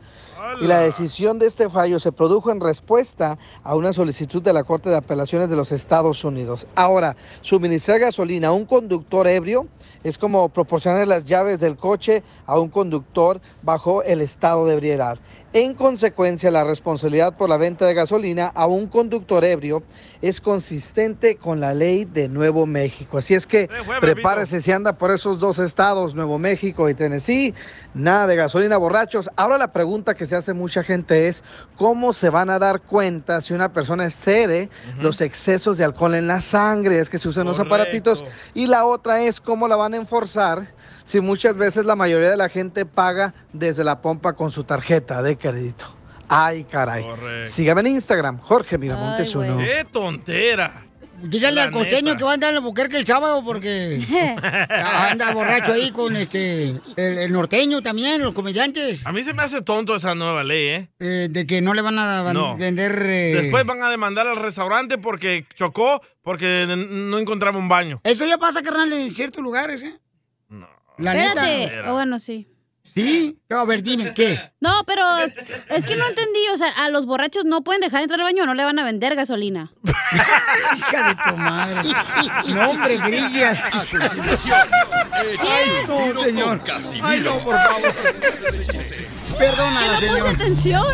Y la decisión de este fallo se produjo en respuesta a una solicitud de la Corte de Apelaciones de los Estados Unidos. Ahora, suministrar gasolina a un conductor ebrio es como proporcionar las llaves del coche a un conductor bajo el estado de ebriedad. En consecuencia, la responsabilidad por la venta de gasolina a un conductor ebrio es consistente con la ley de Nuevo México. Así es que prepárese si anda por esos dos estados, Nuevo México y Tennessee, nada de gasolina borrachos. Ahora la pregunta que se hace mucha gente es, ¿cómo se van a dar cuenta si una persona excede los excesos de alcohol en la sangre? Es que se usan los aparatitos. Y la otra es, ¿cómo la van a enforzar? Si muchas veces la mayoría de la gente paga desde la pompa con su tarjeta de crédito. Ay, caray. Sígame en Instagram, Jorge Miramontes uno. ¡Qué tontera! Díganle Eh, La al costeño neta. que va a andar en la buquerque el sábado porque *laughs* anda borracho ahí con este el, el norteño también, los comediantes. A mí se me hace tonto esa nueva ley, ¿eh? eh, de que no le van a van- No. vender. eh, Después van a demandar al restaurante porque chocó, porque n- no encontraba un baño. Eso ya pasa, carnal, en ciertos lugares, ¿eh? No. La Espérate. neta. Oh, bueno, sí. Sí, a ver, dime, ¿qué? No, pero es que no entendí. O sea, a los borrachos no pueden dejar de entrar al baño, no le van a vender gasolina. *laughs* Hija de tu *laughs* madre. No, hombre, *laughs* grillas. A continuación, échate un tiro con Casimiro. Ay, no, por *laughs* favor. Perdona, ¿Qué no puse señor.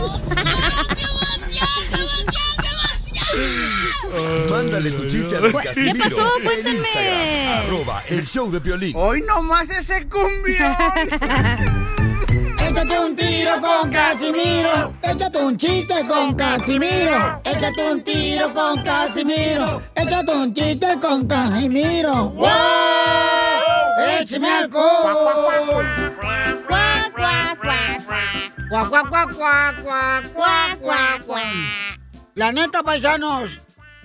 Mándale tu chiste a don Casimiro. en Cuéntenme. Instagram, arroba el show de Piolín. Hoy nomás ese *laughs* cumbión. Échate un tiro con Casimiro. Échate un chiste con Casimiro. Échate un tiro con Casimiro. Échate un chiste con Casimiro. ¡Wow! ¡Échame alcohol! Cuac, cuac, cuac, cuac, cuac, cuac, cuac, cuac. La neta, paisanos,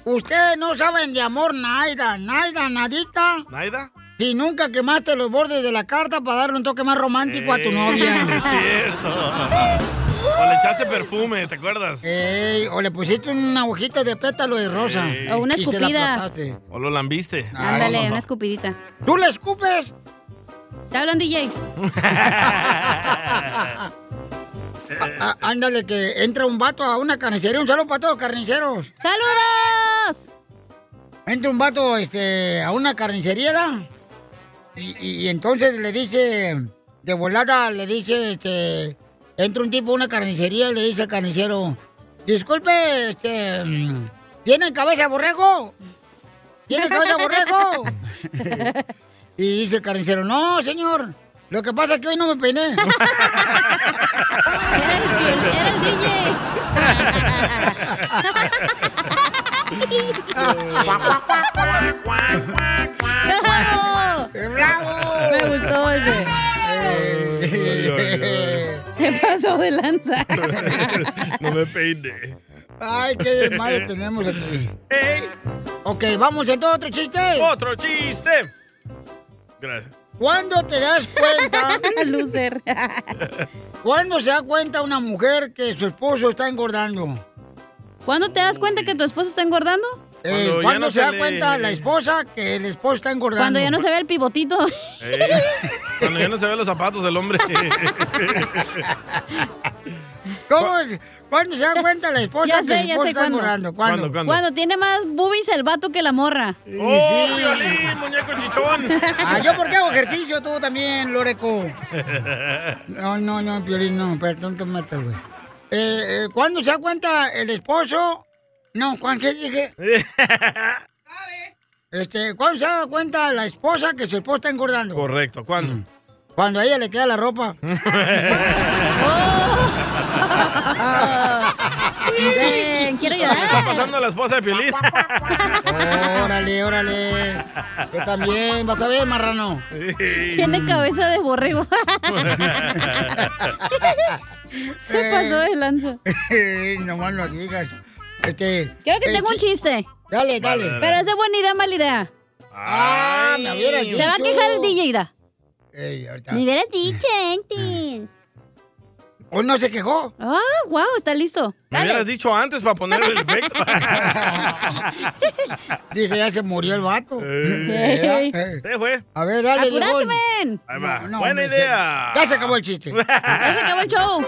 ustedes no saben de amor naida, naida, nadita. ¿Naida? Si nunca quemaste los bordes de la carta para darle un toque más romántico Eh. a tu *laughs* Es novia. cierto. O le echaste perfume, ¿te acuerdas? Eh. Ey, o le pusiste una hojita de pétalo de rosa. Ey. O una y se la escupida. aplastaste. O lo lambiste. Ah, Ándale, una escupidita. ¿Tú le escupes? Te hablan DJ. *laughs* Ah, ándale, que entra un vato a una carnicería. Un saludo para todos los carniceros. ¡Saludos! Entra un vato este, a una carnicería, ¿da? Y, y- y entonces le dice, de volada, le dice, este, entra un tipo a una carnicería y le dice al carnicero, disculpe, este, ¿tiene cabeza de borrego? ¿Tiene cabeza de borrego? *laughs* y dice el carnicero, no, señor, lo que pasa es que hoy no me *laughs* peiné. Era el DJ. ¡Bravo! ¡Bravo! Me gustó ese. Te pasó de *laughs* lanza. No me peine. Ay, qué desmadre tenemos aquí. Ok, vamos entonces otro chiste. Otro chiste. Gracias. ¿Cuándo te *laughs* das cuenta? Loser. ¿Cuándo se da cuenta una mujer que su esposo está engordando? ¿Cuándo te das cuenta que tu esposo está engordando? Eh, ¿Cuándo, se da cuenta la esposa que el esposo está engordando? Cuando ya no se ve el pivotito. Ey, Eh, Cuando ya no se ven los zapatos del *laughs* hombre. ¿Cómo es? ¿Cuándo se da cuenta la esposa Ya que el sé, ya esposo sé está cuándo. engordando? ¿Cuándo? Cuando tiene más boobies el vato que la morra. ¡Oh, sí. Piolín, muñeco chichón! Ah, ¿yo por qué hago ejercicio? Tú también, Loreco. No, no, no, Piolín, no, perdón, te matas, güey. Eh, eh, ¿Cuándo se da cuenta el esposo? No, ¿cuándo qué *laughs* dije? este, ¿Cuándo se da cuenta la esposa que su esposo está engordando? Mm. Correcto, ¿cuándo? Cuando a ella le queda la *laughs* ropa. Ven, quiero Lo que está llorar. pasando a la esposa de Piolín. *laughs* Órale, órale. Tú también, vas a ver, marrano. Tiene cabeza de borrego. *laughs* Eh. Se pasó de lanza. no más lo digas. Este, Creo que el tengo un chi- chiste. Dale, dale. Pero es de buena idea, mala idea. Ah, me hubiera Se va a dicho. quejar el DJ, irá. Ey, ahorita. Me hubieras dicho antes. Hoy no se quejó. Ah, wow, está listo. Me hubieras dicho antes para poner el efecto. Dije, ya se murió el vato. Eh, Ey. Se fue. A ver, dale, Apúrate, viejón. ven. Ahí va. No, no, Buena hombre, idea. Ya se acabó el *laughs* chiste. Ya se acabó el show.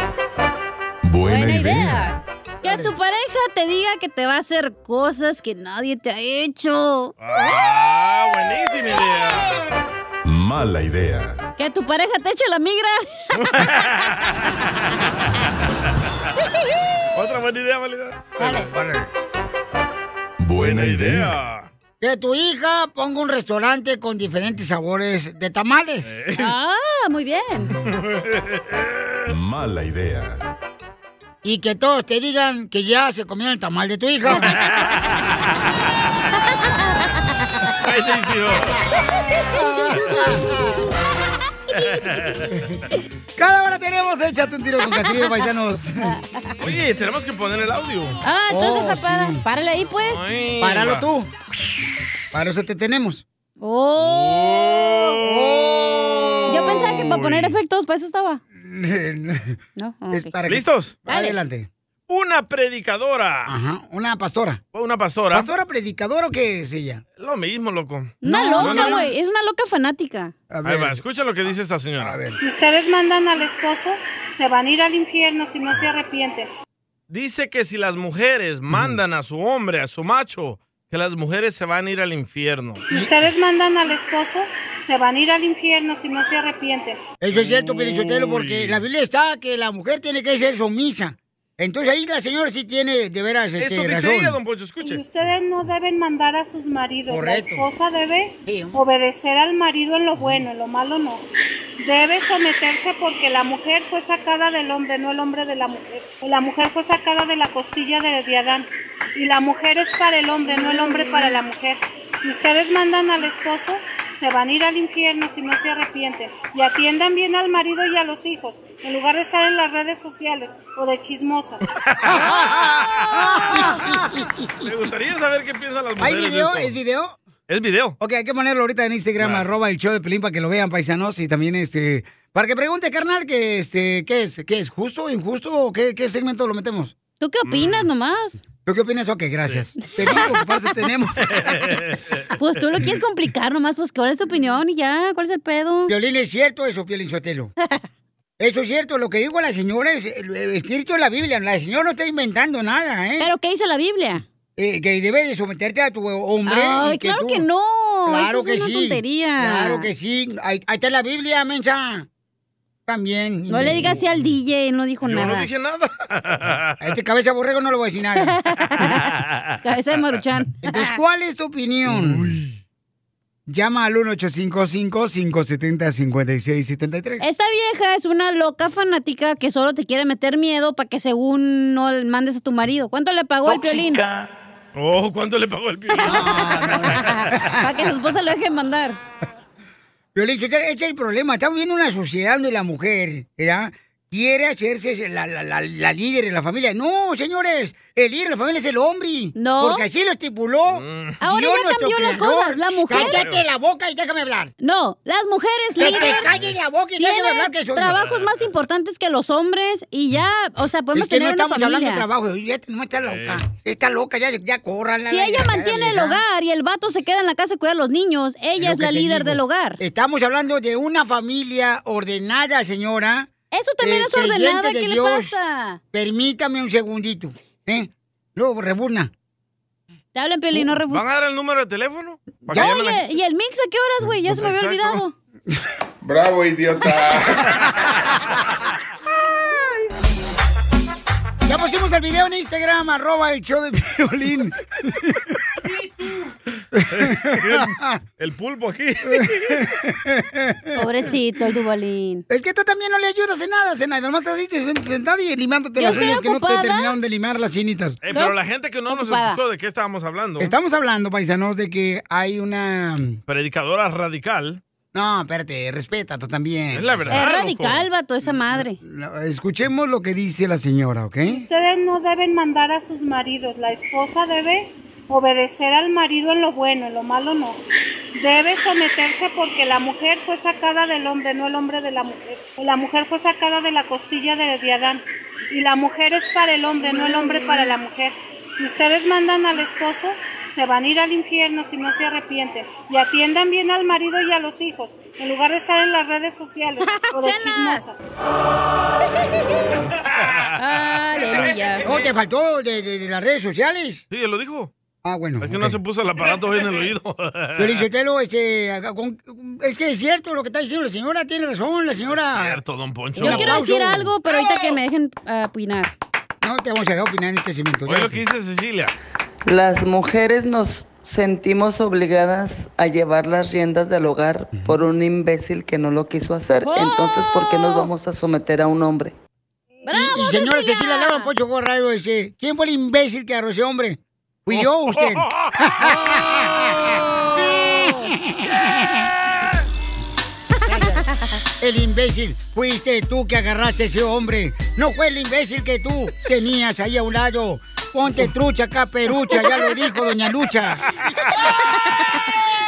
*laughs* Buena idea. Que tu pareja te diga que te va a hacer cosas que nadie te ha hecho. Ah, buenísima idea. *laughs* Mala idea. Que tu pareja te eche la *laughs* migra. Otra buena idea, mala idea. Buena idea. Que tu hija ponga un restaurante con diferentes sabores de tamales. Eh. ah, muy bien. Mala idea. Y que todos te digan que ya se comieron el tamal de tu *laughs* hija. Buenísimo. Cada hora tenemos Échate un tiro con Casimiro, paisanos. *laughs* Oh, Oye, Eh, tenemos que poner el audio. Ah, entonces deja para. Párale ahí, pues. Páralo tú. Para eso te tenemos. Oh. Yo pensaba que para poner efectos, para eso *laughs* estaba. No, ah, ok. ¿Listos? Adelante. Una predicadora. Ajá, una pastora. Una pastora. ¿Pastora predicadora o qué es ella? Lo mismo, loco. Una No, no, loca, no. güey. Es una loca fanática. Ahí va, escucha lo que dice esta señora. A ver. Si ustedes mandan al esposo, se van a ir al infierno si no se arrepienten. Dice que si las Mm. mujeres mandan a su hombre, a su macho, que las mujeres se van a ir al infierno. Si ustedes mandan al esposo, se van a ir al infierno si no se arrepienten. Eso es cierto, Pelichotelo, Uy. porque en la Biblia está que la mujer tiene que ser sumisa. Entonces ahí la señora sí tiene de veras este, razón. Poncho, escuche. Y ustedes no deben mandar a sus maridos. Correcto. La esposa debe obedecer al marido en lo bueno, en lo malo no. Debe someterse porque la mujer fue sacada del hombre, no el hombre de la mujer. La mujer fue sacada de la costilla de, de Adán. Y la mujer es para el hombre, no el hombre para la mujer. Si ustedes mandan al esposo, se van a ir al infierno si no se arrepienten. Y atiendan bien al marido y a los hijos, en lugar de estar en las redes sociales o de chismosas. Me gustaría saber qué piensan las ¿Hay mujeres. de video? esto. ¿Es video? Es video. Ok, hay que ponerlo ahorita en Instagram, arroba el show de Pelín, para que lo vean, paisanos, y también este... Para que pregunte, carnal, que este, ¿qué es? ¿Qué es? ¿Justo, injusto o qué, qué segmento lo metemos? ¿Tú qué opinas Mm. nomás? ¿Tú qué opinas? Ok, gracias. Te digo que pasa, *laughs* tenemos. Pues tú lo quieres complicar nomás, pues ¿cuál es tu opinión? Y ya, ¿cuál es el pedo? Violín, es cierto eso, Piolín *laughs* Sotelo. Eso es cierto, lo que digo a la señora es eh, escrito en la Biblia. La señora no está inventando nada, ¿eh? ¿Pero qué dice la Biblia? que debes de someterte a tu hombre. Ay, y claro tú- que no, eso es una tontería. Claro que sí. Ahí, ahí está la Biblia, mensa. También. No le digas así al DJ, no dijo nada. nada. *laughs* A este *laughs* cabeza de borrego no le voy a decir nada. *laughs* Cabeza de Maruchan. *laughs* Entonces, ¿cuál es tu opinión? Llama al 1-855-570-5673. Esta vieja es una loca fanática que solo te quiere meter miedo para que según no le mandes a tu marido. ¿Cuánto le pagó al piolín? Para Oh, ¿cuánto le pagó *laughs* el piolín? que su esposa lo deje mandar. Violín, este es el problema. Estamos viendo una sociedad donde la mujer ¿verdad? quiere hacerse la, la, la- la líder de la familia. No, señores, el líder de la familia es el hombre. No. Porque así lo estipuló. Ahora Dios ya nuestro cambió las creador. cosas, la mujer- Cállate la boca y déjame hablar. No, las mujeres Que te líder, calles la boca y déjame tienen hablar, que soy- trabajos más importantes que los hombres y ya, o sea, podemos es que tener no una estamos familia. hablando de trabajo. Ya no está loca. Está loca, ya, ya córranla, Si ya- ella ya- mantiene el ya. hogar y el vato se queda en la casa a cuidar a los niños, ella lo es la que te líder digo. del hogar. Estamos hablando de una familia ordenada, señora. Eso Eh, también es ordenada, ¿qué le pasa? Permítame un segundito. ¿eh? Luego, reburna. Te hablan, Piolín, no rebus- ¿Van a dar el número de teléfono? Para que No, llamen oye, ¿y el mix a qué horas, güey? Ya se me había Exacto. olvidado. *laughs* *laughs* Bravo, idiota. Ya pusimos el video en Instagram, arroba el show de violín. a- el pulpo aquí. Pobrecito el Dubalín. *laughs* Es que tú también no le ayudas en nada, Zenaida. Nomás estás ahí sen- sentada y limándote Yo las estoy uñas que no te ocupada. terminaron de limar las chinitas. Eh, pero la gente que no nos Ocupada. escuchó, ¿de qué estábamos hablando? Estamos hablando, paisanos, de que hay una... Predicadora radical. No, espérate, respeta tú también. Es la verdad, es radical, vato, esa madre. No, Escuchemos lo que dice la señora, ¿ok? Ustedes no deben mandar a sus maridos. La esposa debe obedecer al marido en lo bueno, en lo malo no. Debe someterse porque la mujer fue sacada del hombre, no el hombre de la mujer. La mujer fue sacada de la costilla de, de Adán. Y la mujer es para el hombre, no el hombre para la mujer. Si ustedes mandan al esposo, se van a ir al infierno si no se arrepienten. Y atiendan bien al marido y a los hijos, en lugar de estar en las redes sociales o de chismosas. Aleluya. No, te faltó de, de- de las redes sociales. Sí, lo dijo. Ah, bueno. Es que no se puso el aparato en el *laughs* oído. Piolín Sotelo, este, haga- con- es que es cierto lo que está diciendo la señora, tiene razón la señora. Cierto, don Poncho. Yo quiero decir algo, pero ahorita que me dejen ah, opinar. No te vamos a dejar opinar en este segmento. Oye, lo que dice Cecilia. Las mujeres nos sentimos obligadas a llevar las riendas del hogar por un imbécil que no lo quiso hacer. Oh, Entonces, ¿por qué nos vamos a someter a un hombre? ¡Bravo, Señora Cecilia Lara, Poncho Corrado, ese. ¿Quién fue el imbécil que agarró ese hombre? Fui yo, Oh. o *laughs* usted. El imbécil fuiste tú que agarraste a ese hombre. No fue el imbécil que tú tenías ahí a un lado. Ponte trucha, caperucha, ya lo dijo doña Lucha. *laughs* *laughs*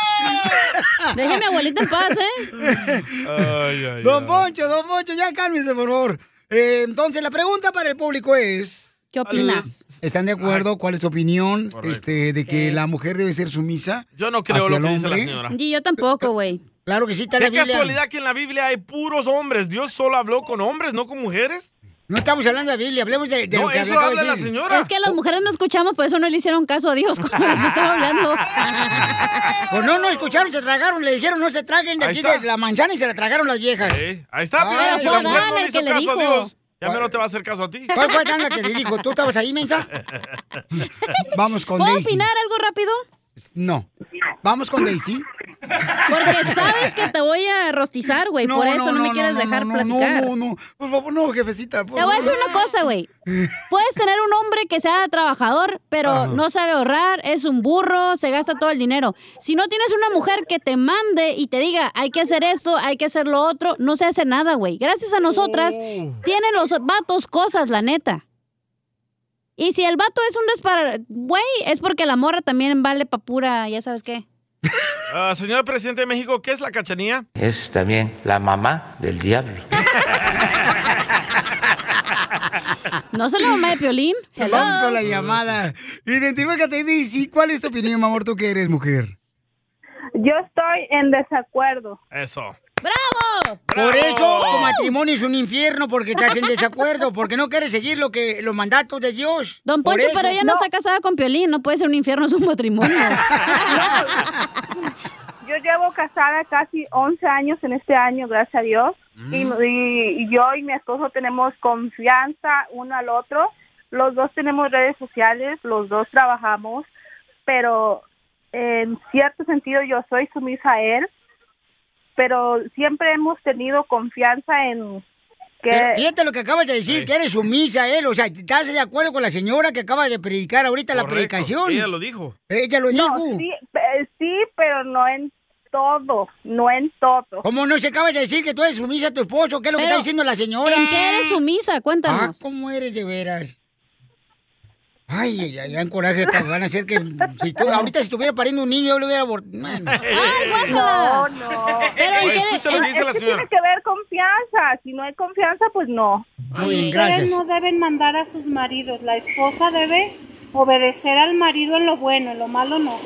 Deje a mi abuelita en paz, ¿eh? Don Poncho, don Poncho, ya cálmese, por favor. Eh, entonces, la pregunta para el público es... ¿Qué opinas? ¿Están de acuerdo? ¿Cuál es su opinión este, de que la mujer debe ser sumisa? Yo no creo hacia lo el que dice la hombre? señora. Y yo tampoco, güey. Claro que sí, está la Qué Biblia. casualidad que en la Biblia hay puros hombres. Dios solo habló con hombres, no con mujeres. No estamos hablando de la Biblia, hablemos de, de No, lo que eso acaba de habla la decir. señora. Es que las mujeres no escuchamos, por eso no le hicieron caso a Dios *laughs* *laughs* cuando les estaba *laughs* hablando. Pues no, no escucharon, se tragaron, le dijeron no se traguen de Ahí aquí está. de la manzana y se la tragaron las viejas. Ahí está, Ay, Piolín, si la fue mujer Adán Ah, no el le hizo que le caso a dijo. Dios, ya menos te va a hacer caso a ti. ¿Cuál fue Adán la que le dijo? ¿Tú estabas ahí, *laughs* mensa? Vamos con ¿Puedo Daisy. opinar algo rápido? No. Vamos con Daisy. Porque sabes que te voy a rostizar, güey. No, por eso no, no, me no, quieres no, no, dejar no, platicar. no, no. Por favor, no, jefecita. por Te voy a decir favor. una cosa, güey. Puedes tener un hombre que sea trabajador, pero Ajá. no sabe ahorrar, es un burro, se gasta todo el dinero. Si no tienes una mujer que te mande y te diga, hay que hacer esto, hay que hacer lo otro, no se hace nada, güey. Gracias a nosotras, tienen los vatos cosas, la neta. Y si el vato es un despar... Güey, es porque la morra también vale pa' pura, ya sabes qué. Ah, señor presidente de México, ¿qué es la cachanía? Es también la mamá del diablo. ¿No soy la mamá de *laughs* Piolín? Hello. Vamos con la llamada. Identifícate, Daisy. ¿Cuál es tu opinión, mi amor, tú que eres mujer? Yo estoy en desacuerdo. Eso. ¡Bravo! Por ¡Bravo! eso Oh. tu matrimonio es un infierno, porque estás en desacuerdo, porque no quieres seguir lo que, los mandatos de Dios. Don Por Poncho, eso. pero ella no. está casada con Piolín, no puede ser un infierno su matrimonio. Yo llevo casada casi 11 años en este año, gracias a Dios. Mm. Y, y- y yo y mi esposo tenemos confianza uno al otro. Los dos tenemos redes sociales, los dos trabajamos, pero en cierto sentido yo soy sumisa a él, pero siempre hemos tenido confianza en que... Pero fíjate lo que acabas de decir, que eres sumisa a él. O sea, ¿estás de acuerdo con la señora que acaba de predicar ahorita la Correcto, predicación? Ella lo dijo. Ella lo No, dijo. sí, pe- sí, pero no en todo, no en todo. ¿Cómo no se acaba de decir que tú eres sumisa a tu esposo? ¿Qué es lo que está Pero, diciendo la señora? ¿en qué eres sumisa? Ah, ¿cómo eres de *laughs* veras? Ay, ay, ay, ya en coraje te van a hacer que... Si *laughs* tú- ahorita si estuviera pariendo un niño, yo lo hubiera abortado. No, no. Pero ¿en qué- es Escucha lo que dice la que señora. tiene que ver confianza. Si no hay confianza, pues no. Las mujeres no deben mandar a sus maridos. La esposa debe obedecer al marido en lo bueno, en lo malo no.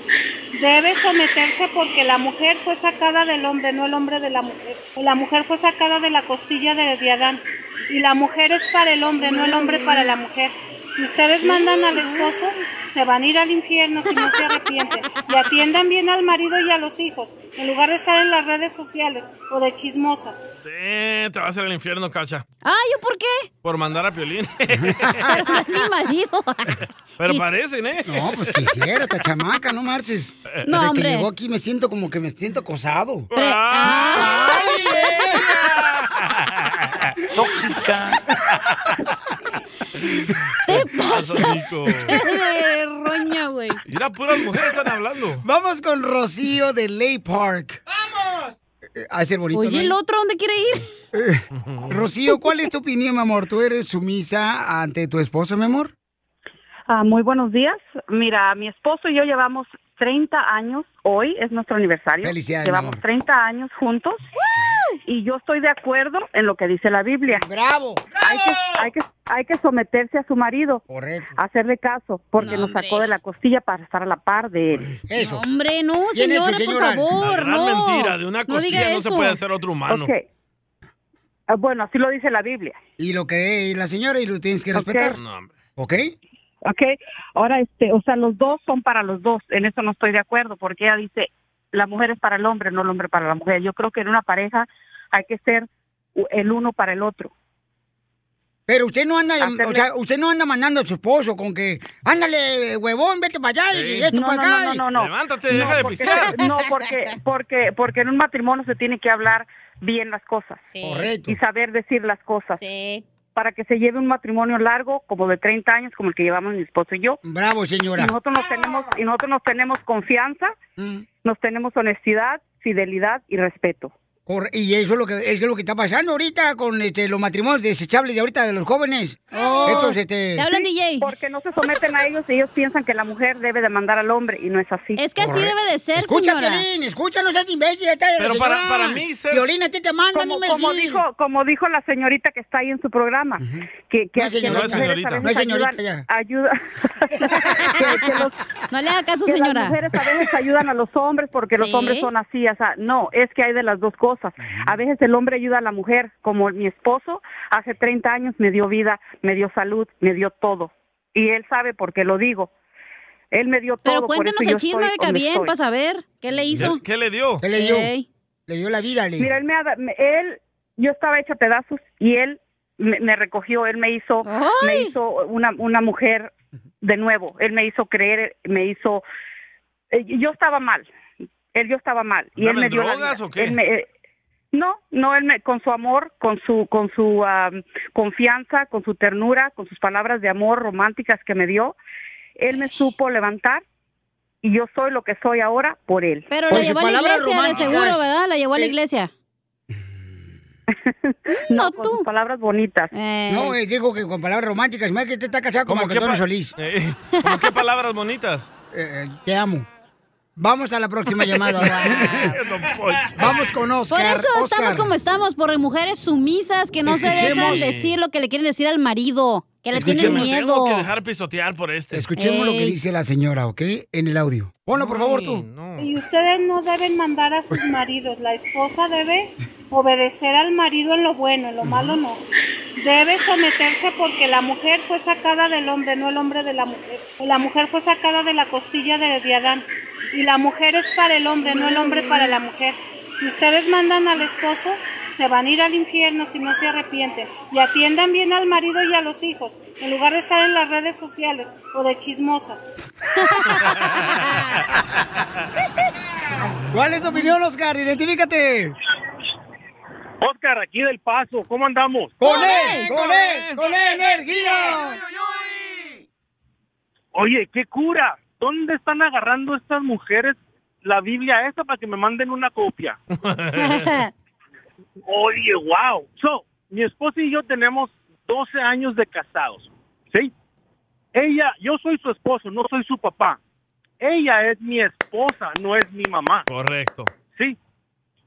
Debe someterse porque la mujer fue sacada del hombre, no el hombre de la mujer. La mujer fue sacada de la costilla de, de Adán. Y la mujer es para el hombre, no el hombre para la mujer. Si ustedes mandan al esposo, se van a ir al infierno si no se arrepienten. Y atiendan bien al marido y a los hijos, en lugar de estar en las redes sociales o de chismosas. Eh, te va a hacer el infierno, cacha. Ah, ¿yo por qué? Por mandar a Piolín. *laughs* Pero no es mi marido. Pero Quis- parecen, ¿eh? No, pues quisiera, esta chamaca, no marches. No, Desde hombre. que llegó aquí me siento como que me siento acosado. eh. *laughs* Tóxica. ¿Te de roña, güey. Mira, puras mujeres están hablando. Vamos con Rocío de Ley Park. ¡Vamos! A ser Eh, ah, bonito. Oye, ¿no? Eh, ¿el otro dónde quiere ir? Rocío, ¿cuál es tu opinión, mi amor? ¿Tú eres sumisa ante tu esposo, mi amor? Ah, muy buenos días. Mira, mi esposo y yo llevamos 30 años. Hoy es nuestro aniversario. Felicidades, mi llevamos amor. 30 años juntos. Y yo estoy de acuerdo en lo que dice la Biblia. ¡Bravo! Hay que, hay que, hay que someterse a su marido. Correcto. Hacerle caso, porque nos sacó de la costilla para estar a la par de él. Eso. Hombre, no, señora, por favor, La gran no. mentira, de una No diga costilla no, se eso. puede hacer otro humano. Ok. Ah, Bueno, así lo dice la Biblia. Y lo cree la señora y lo tienes que Ok. respetar. No, ¿Ok? Ok, ahora, este, o sea, los dos son para los dos. En eso no estoy de acuerdo, porque ella dice, la mujer es para el hombre, no el hombre para la mujer. Yo creo que en una pareja hay que ser u- el uno para el otro. Pero usted no anda, Hacerle- o sea, usted no anda mandando a su esposo con que, ándale, huevón, vete para allá y esto No, para no, acá. no, y- no, no. No, porque- *laughs* No, porque, porque, porque en un matrimonio se tiene que hablar bien las cosas. Correcto. Y saber decir las cosas. Para que se lleve un matrimonio largo, como de 30 años, como el que llevamos mi esposo y yo. Bravo, señora. Y nosotros nos tenemos, y nosotros nos tenemos confianza, nos tenemos honestidad, fidelidad y respeto. Cor- Y eso es lo que es lo que está pasando ahorita con este, los matrimonios desechables de ahorita de los jóvenes. Estos, este, DJ? Porque no se someten a ellos y ellos piensan que la mujer debe de mandar al hombre y no es así. Es que así Correcto. debe de ser, Escucha, señora. Piolín, escucha, no seas imbécil. Pero para- para mí, Cés- Piolín, a ti te mandan, como, imbécil. como dijo, como dijo la señorita que está ahí en su programa. que, que, No es que señorita. las No es señorita. mujeres a veces No es señorita ayudan- *laughs* ayuda- que- que los- No le haga caso, que señora. Las mujeres a veces ayudan a los hombres porque los Sí. hombres son así. O sea, no, es que hay de las dos cosas. A veces el hombre ayuda a la mujer, como mi esposo, hace 30 años me dio vida, me dio salud, me dio todo. Y él sabe por qué lo digo. Él me dio todo. Pero por cuéntanos eso yo el chisme, estoy oiga, donde bien, estoy. para saber qué le hizo. ¿Qué le dio? ¿Qué le dio? Ey. Le dio la vida, le Mira, él me, ha- me- él, yo estaba hecha pedazos y él me, me recogió, él me hizo, me hizo una, una mujer de nuevo, él me hizo creer, me hizo, eh, yo estaba mal, él yo estaba mal y él ¿Andaban me dio la drogas vida. o qué? Él me- eh, no, no, él me, con su amor, con su, con su am, confianza, con su ternura, con sus palabras de amor románticas que me dio, él me supo levantar y yo soy lo que soy ahora por él. Pero la llevó a la iglesia, de seguro, ¿verdad? La llevó a la iglesia. No, con sus palabras bonitas. No, eh, digo que con palabras románticas. Más que te está casado con ¿Cómo Marco qué, Antonio pa- Solís. *laughs* Eh, eh, ¿cómo qué palabras bonitas? Te amo. Vamos a la *laughs* próxima llamada. Ah, Vamos con Oscar. Por eso estamos Oscar. como estamos, por mujeres sumisas que no se dejan Escuchemos. decir lo que le quieren decir al marido, que le tienen Escúchame, miedo. Tengo que dejar pisotear por este. Escuchemos lo que dice la señora, ¿ok? En el audio. Ponlo, por favor, tú. Y ustedes no deben mandar a sus maridos. La esposa debe obedecer al marido en lo bueno, en lo malo no. Debe someterse porque la mujer fue sacada del hombre, no el hombre de la mujer. La mujer fue sacada de la costilla de, de Adán. Y la mujer es para el hombre, no el hombre para la mujer. Si ustedes mandan al esposo, se van a ir al infierno si no se arrepienten. Y atiendan bien al marido y a los hijos, en lugar de estar en las redes sociales o de chismosas. ¿Cuál es tu opinión, Oscar? Identifícate. Oscar, aquí del Paso, ¿cómo andamos? ¡Con él! ¡Con él! ¡Con él, energía! Oye, qué cura. ¿Dónde están agarrando estas mujeres la Biblia esa para que me manden una copia? Oye, wow. So, mi esposa y yo tenemos 12 años de casados, ¿sí? Ella, yo soy su esposo, no soy su papá. Ella es mi esposa, no es mi mamá. Correcto. Sí.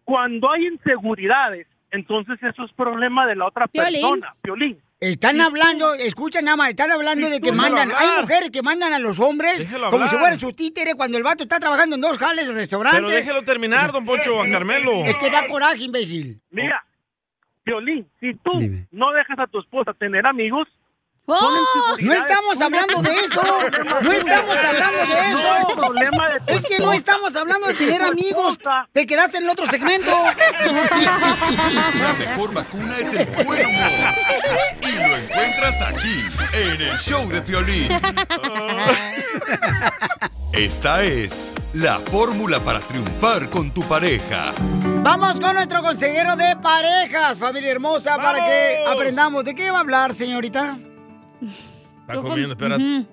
Cuando hay inseguridades, entonces eso es problema de la otra Piolín. persona. Piolín. Están hablando, escuchen nada más, están hablando Sí, de que tú, déjalo mandan, hay hablar. mujeres que mandan a los hombres Déjalo como si hablar. fueran sus títeres cuando el vato está trabajando en dos jales de restaurante. Pero déjelo terminar, don Poncho, a Carmelo. Es que da coraje, imbécil. Mira, Oh. Violín, si tú no dejas a tu esposa tener amigos, ¡Oh! son inseguridades. No estamos hablando de *laughs* eso. No estamos hablando de No eso. es problema de tu Es que no esposa. estamos hablando *laughs* de tener amigos. Te quedaste en el otro segmento. La mejor vacuna es el buen humor. Y lo encuentras aquí, en el show de Piolín. Esta es la fórmula para triunfar con tu pareja. Vamos con nuestro consejero de parejas, familia hermosa, para que ¡Vamos! aprendamos. ¿De qué va a hablar, señorita? Está comiendo, espérate. En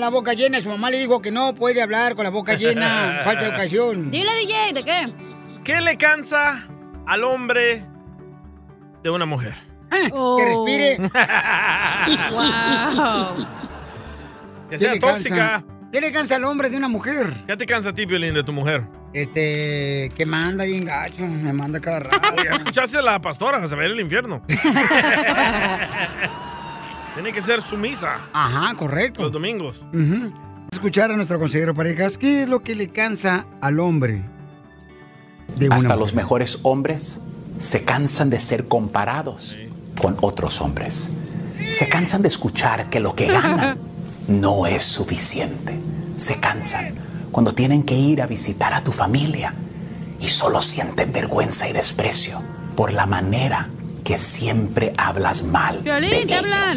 la boca llena, su mamá le dijo que no puede hablar con la boca llena, falta de ocasión. Dile, DJ, ¿de qué? ¿Qué le cansa al hombre de una mujer? Oh, Que *laughs* respire. Que ¿Qué sea le cansa? tóxica. ¿Qué le cansa al hombre de una mujer? ¿Qué te cansa a ti, Violín, de tu mujer? Este, que manda bien gacho, me manda cada *laughs* rato. Ya escuchaste a la pastora, se va a ir *laughs* al infierno. Tiene que ser sumisa. Ajá, correcto. Los domingos. Ujú. Escuchar a nuestro consejero parejas, ¿qué es lo que le cansa al hombre? Hasta los mejores hombres se cansan de ser comparados con otros hombres. Se cansan de escuchar que lo que ganan no es suficiente. Se cansan cuando tienen que ir a visitar a tu familia y solo sienten vergüenza y desprecio por la manera que siempre hablas mal. Violín, ¿qué hablan?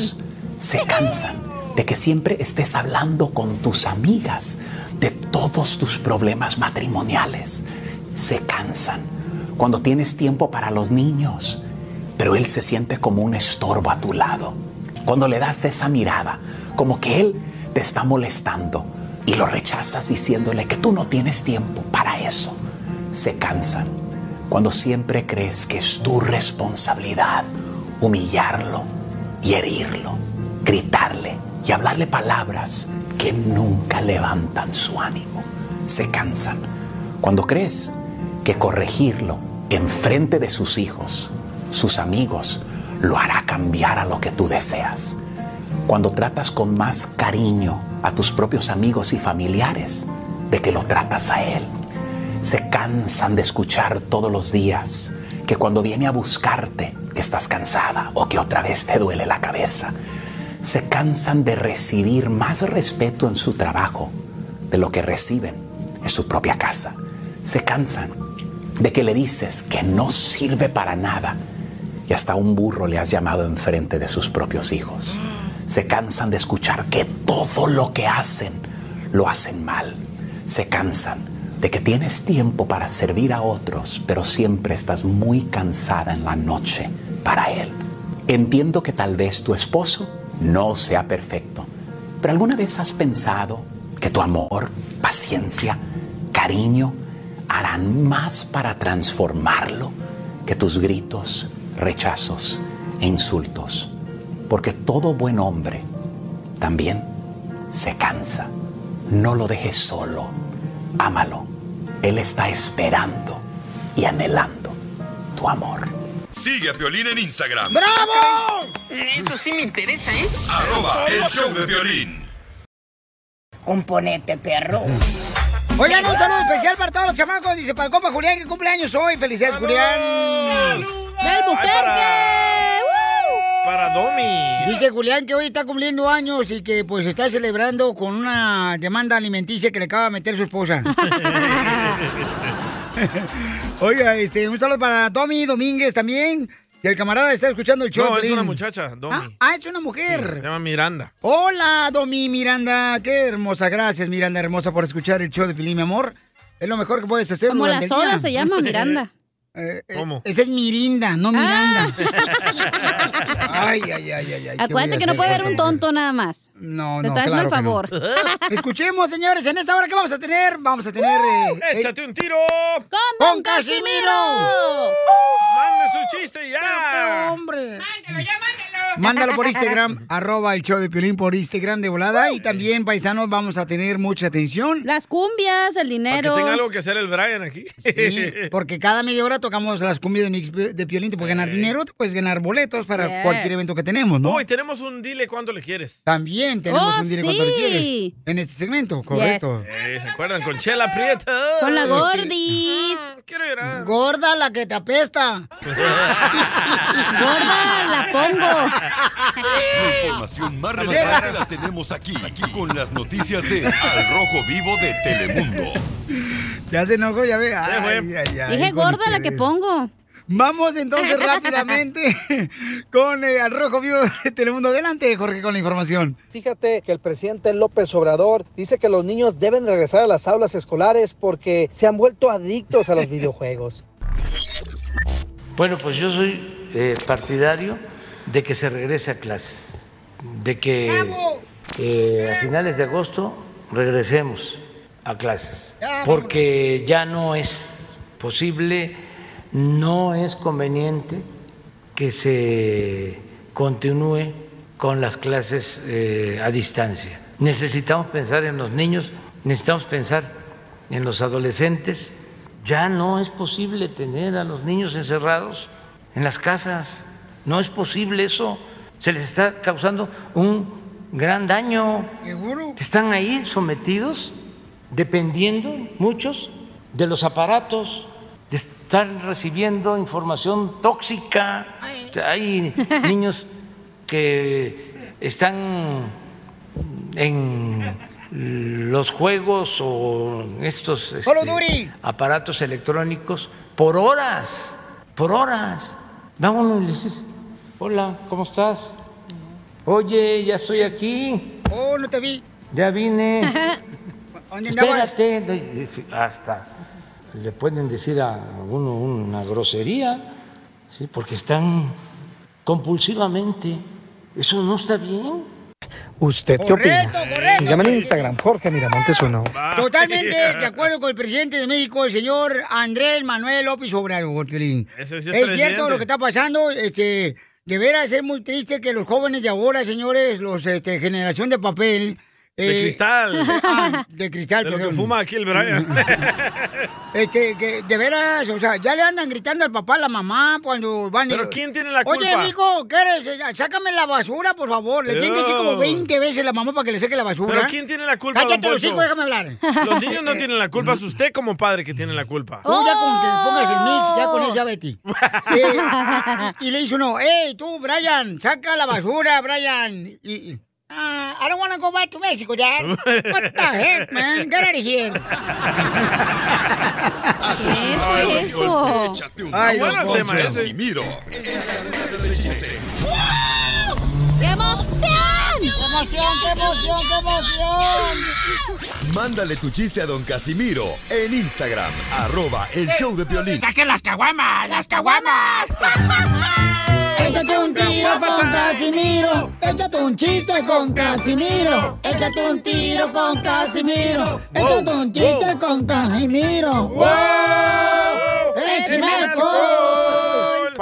se cansan de que siempre estés hablando con tus amigas de todos tus problemas matrimoniales. Se cansan cuando tienes tiempo para los niños, pero él se siente como un estorbo a tu lado. Cuando le das esa mirada, como que él te está molestando y lo rechazas diciéndole que tú no tienes tiempo para eso. Se cansan cuando siempre crees que es tu responsabilidad humillarlo y herirlo, gritarle y hablarle palabras que nunca levantan su ánimo. Se cansan cuando crees que corregirlo en frente de sus hijos, sus amigos, lo hará cambiar a lo que tú deseas. Cuando tratas con más cariño a tus propios amigos y familiares de que lo tratas a él. Se cansan de escuchar todos los días que cuando viene a buscarte, que estás cansada o que otra vez te duele la cabeza. Se cansan de recibir más respeto en su trabajo de lo que reciben en su propia casa. Se cansan de que le dices que no sirve para nada y hasta un burro le has llamado enfrente de sus propios hijos. Se cansan de escuchar que todo lo que hacen lo hacen mal. Se cansan de que tienes tiempo para servir a otros, pero siempre estás muy cansada en la noche para él. Entiendo que tal vez tu esposo no sea perfecto, pero ¿alguna vez has pensado que tu amor, paciencia, cariño harán más para transformarlo que tus gritos, rechazos e insultos? Porque todo buen hombre también se cansa. No lo dejes solo. Ámalo. Él está esperando y anhelando tu amor. Sigue a Piolín en Instagram. ¡Bravo! Eso sí me interesa, ¿eh? Arroba el show de violín. Componente, perro. Oigan, un saludo especial para todos los chamacos. Dice para el compa Julián que cumple años hoy. Felicidades, Julián. ¡Del Buquerque! Para Domi. Dice Julián que hoy está cumpliendo años y que pues está celebrando con una demanda alimenticia que le acaba de meter su *laughs* esposa. *laughs* Oiga, este, un saludo para Tommy Domínguez también. Y el camarada está escuchando el show. No, es Piolín. una muchacha, Domi. Ah, ah, es una Se mujer. llama Miranda. Hola, Domi Miranda. Qué hermosa. Gracias, Miranda hermosa, por escuchar el show de Pilín, mi amor. Es lo mejor que puedes hacer. Como la durante el soda día. se *laughs* llama Miranda. Ah, Eh, eh, ¿Cómo? Esa es Mirinda, no Miranda. Ay, ay, ay, ay, ay. ¿qué voy Acuérdate a que no puede hacer, por haber un favor? tonto *laughs* nada más. No, Te no, está haciendo el claro favor. que no. *laughs* Escuchemos, señores, en esta hora que vamos a tener, vamos a tener. eh, eh, Uh, ¡Échate un tiro! ¡Con Don Casimiro! ¡Mande su chiste ya! Pero, *laughs* hombre! Mándalo por Instagram, arroba el show de Piolín por Instagram de volada. Y también, paisanos, vamos a tener mucha atención. Las cumbias, el Que dinero. tenga algo que hacer el Brian aquí. Sí, *laughs* porque cada media hora tocamos las cumbias de mix de Piolín. Te puedes ganar dinero, te puedes ganar boletos para Yes. cualquier evento que tenemos, ¿no? Hoy tenemos un dile cuánto le quieres. También tenemos Oh, un directo sí. cuando quieres. En este segmento, correcto. Eh, ¿Se acuerdan? Con Chela este, Prieta. Con la gordis. Ah, Quiero llorar. Gorda la que te apesta. Gorda la La información más relevante la tenemos aquí, aquí, con las noticias de Al Rojo Vivo de Telemundo. Ya se enojó, ya ve. Ay, fue. ay, ay, Dije con gorda la que ustedes. pongo. Vamos entonces rápidamente *laughs* con eh, Al Rojo Vivo de Telemundo. Adelante, Jorge, con la información. Fíjate que el presidente López Obrador dice que los niños deben regresar a las aulas escolares porque se han vuelto adictos *laughs* a los videojuegos. Bueno, pues yo soy eh, partidario de que se regrese a clases, de que eh, a finales de agosto regresemos a clases, porque ya no es posible, no es conveniente que se continúe con las clases eh, a distancia. Necesitamos pensar en los niños, necesitamos pensar en los adolescentes. Ya no es posible tener a los niños encerrados en las casas, no es posible eso. Se les está causando un gran daño. Están ahí sometidos, dependiendo muchos de los aparatos, de estar recibiendo información tóxica. Hay niños que están en los juegos o estos este, Call Este. of Duty. aparatos electrónicos por horas, por horas. Vámonos y le dices, hola, ¿cómo estás? Oye, ya estoy aquí, Oh, no te vi. ya vine. ¿Dónde andabas? Espérate, no, y- y- hasta le pueden decir a uno una grosería, ¿sí? porque están compulsivamente. Eso no está bien. ¿Usted qué opina? Sígame en Instagram, Jorge *laughs* Miramontes uno. Ah, Totalmente de acuerdo con el presidente de México, el señor Andrés Manuel López Obrador. Piolín. Ese sí es es presidente. cierto lo que está pasando, este, de veras es muy triste que los jóvenes de ahora, señores, los este, generación de papel. eh, De cristal. *laughs* ah, de cristal, De lo que perdón. fuma aquí el *laughs* Brian. Este, que de veras, o sea, ya le andan gritando al papá, a la mamá, cuando van... ¿Pero quién tiene la Oye, culpa? mijo, ¿qué eres? Eh, Sácame la basura, por favor. Le tienen que decir como Dios. 20 veces la mamá para que le saque la basura. ¿Pero quién tiene la culpa, don Cállate los Poncho? hijos, déjame Oh. hablar. Los niños no tienen la culpa, es usted como padre que tiene la culpa. Tú ya con que pongas el mix, ya con eso ya Betty. Eh, y, y le hizo uno, hey, tú, Brian, saca la basura, Brian. Y, y, "Ah, I don't wanna go back to Mexico, Dad. What the heck, man? Get out of here. Échate fue eso? Échate un Ay, tiro don con Poncho. Casimiro. ¡Qué emoción! ¡Qué emoción, qué emoción, qué emoción! Mándale tu chiste a don Casimiro en Instagram, arroba el Eh, show de violín. ¡Saque las caguamas, las caguamas! Échate un tiro con Casimiro, échate un chiste con Casimiro, échate un tiro con Casimiro, échate un chiste con Casimiro. ¡Wow! ¡Échame alcohol!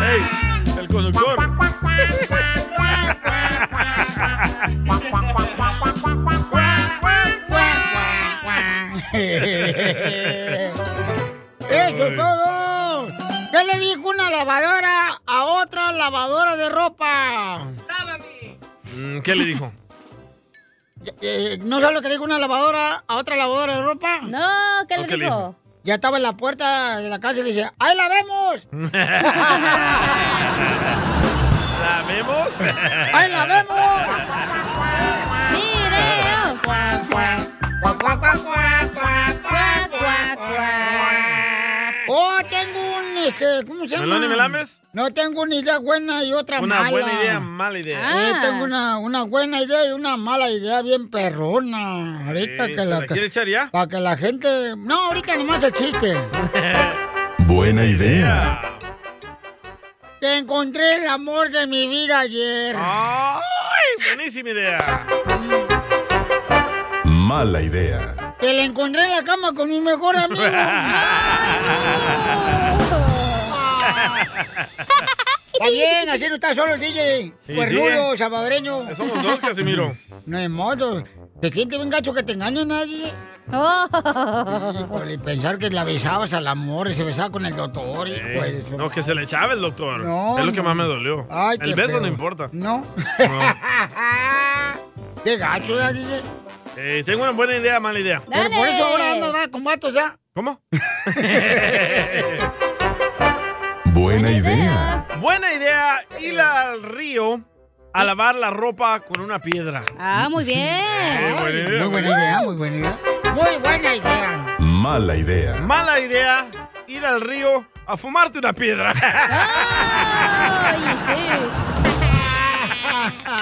Ey, el conductor. ¡Eso es todo! ¿Qué le dijo una lavadora a otra lavadora de ropa? Mm, ¿Qué *laughs* le dijo? Eh, ¿No sabes lo que le dijo una lavadora a otra lavadora de ropa? No, ¿qué le ¿Qué le dijo? dijo? Ya estaba en la puerta de la casa y le dice, ¡ahí la vemos! *laughs* ¿La vemos? *laughs* ¡Ahí la vemos! Oh, tengo un, este, ¿cómo se llama? ¿Melón y melames? No, tengo una idea buena y otra Una mala. buena idea, mala idea. Eh, Ah. tengo una, una buena idea y una mala idea bien perrona. Ahorita que Eh, ¿se la... la quiere echar ya? Para que la gente... No, ahorita nomás el *laughs* chiste. Buena idea. Que encontré el amor de mi vida ayer. ¡Ay, buenísima idea! Mala idea. Que la encontré en la cama con mi mejor *laughs* amigo. Está bien, así no está solo el DJ. Sí, Cuernudo, sí. salvadoreño. Somos *laughs* dos, Casimiro. *laughs* No es modo. ¿Te siente bien gacho que te engañe nadie? Oh. Híjole, pensar que la besabas al amor y se besaba con el doctor, hijo de Eh, su- no, que se le echaba el doctor. No, es lo que no. más me dolió. Ay, qué el beso feo. no importa. No. Qué gacho, ¿verdad, DJ? Eh, tengo una buena idea, mala idea. Pero por eso ahora andas va, con vatos ya. ¿Cómo? Buena idea. Buena idea, ir al *laughs* río a lavar la ropa con una piedra. Ah, muy *laughs* bien. Muy buena idea, muy buena idea. Muy buena idea. Mala idea. Mala idea, ir al río a fumarte una piedra. *laughs*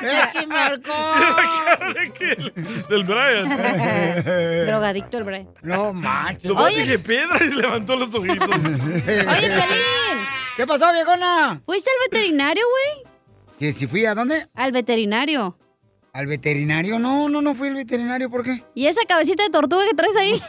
Échame alcohol. *laughs* Del Brian. Drogadicto el Brian. No manches. Lo Oye. dije piedra y se levantó los ojitos. Oye, *laughs* Pelín. ¿Qué pasó, viejona? ¿Fuiste al veterinario, güey? ¿Que si fui a dónde? Al veterinario. ¿Al veterinario? No, no, no fui al veterinario. ¿Por qué? ¿Y esa cabecita de tortuga que traes ahí?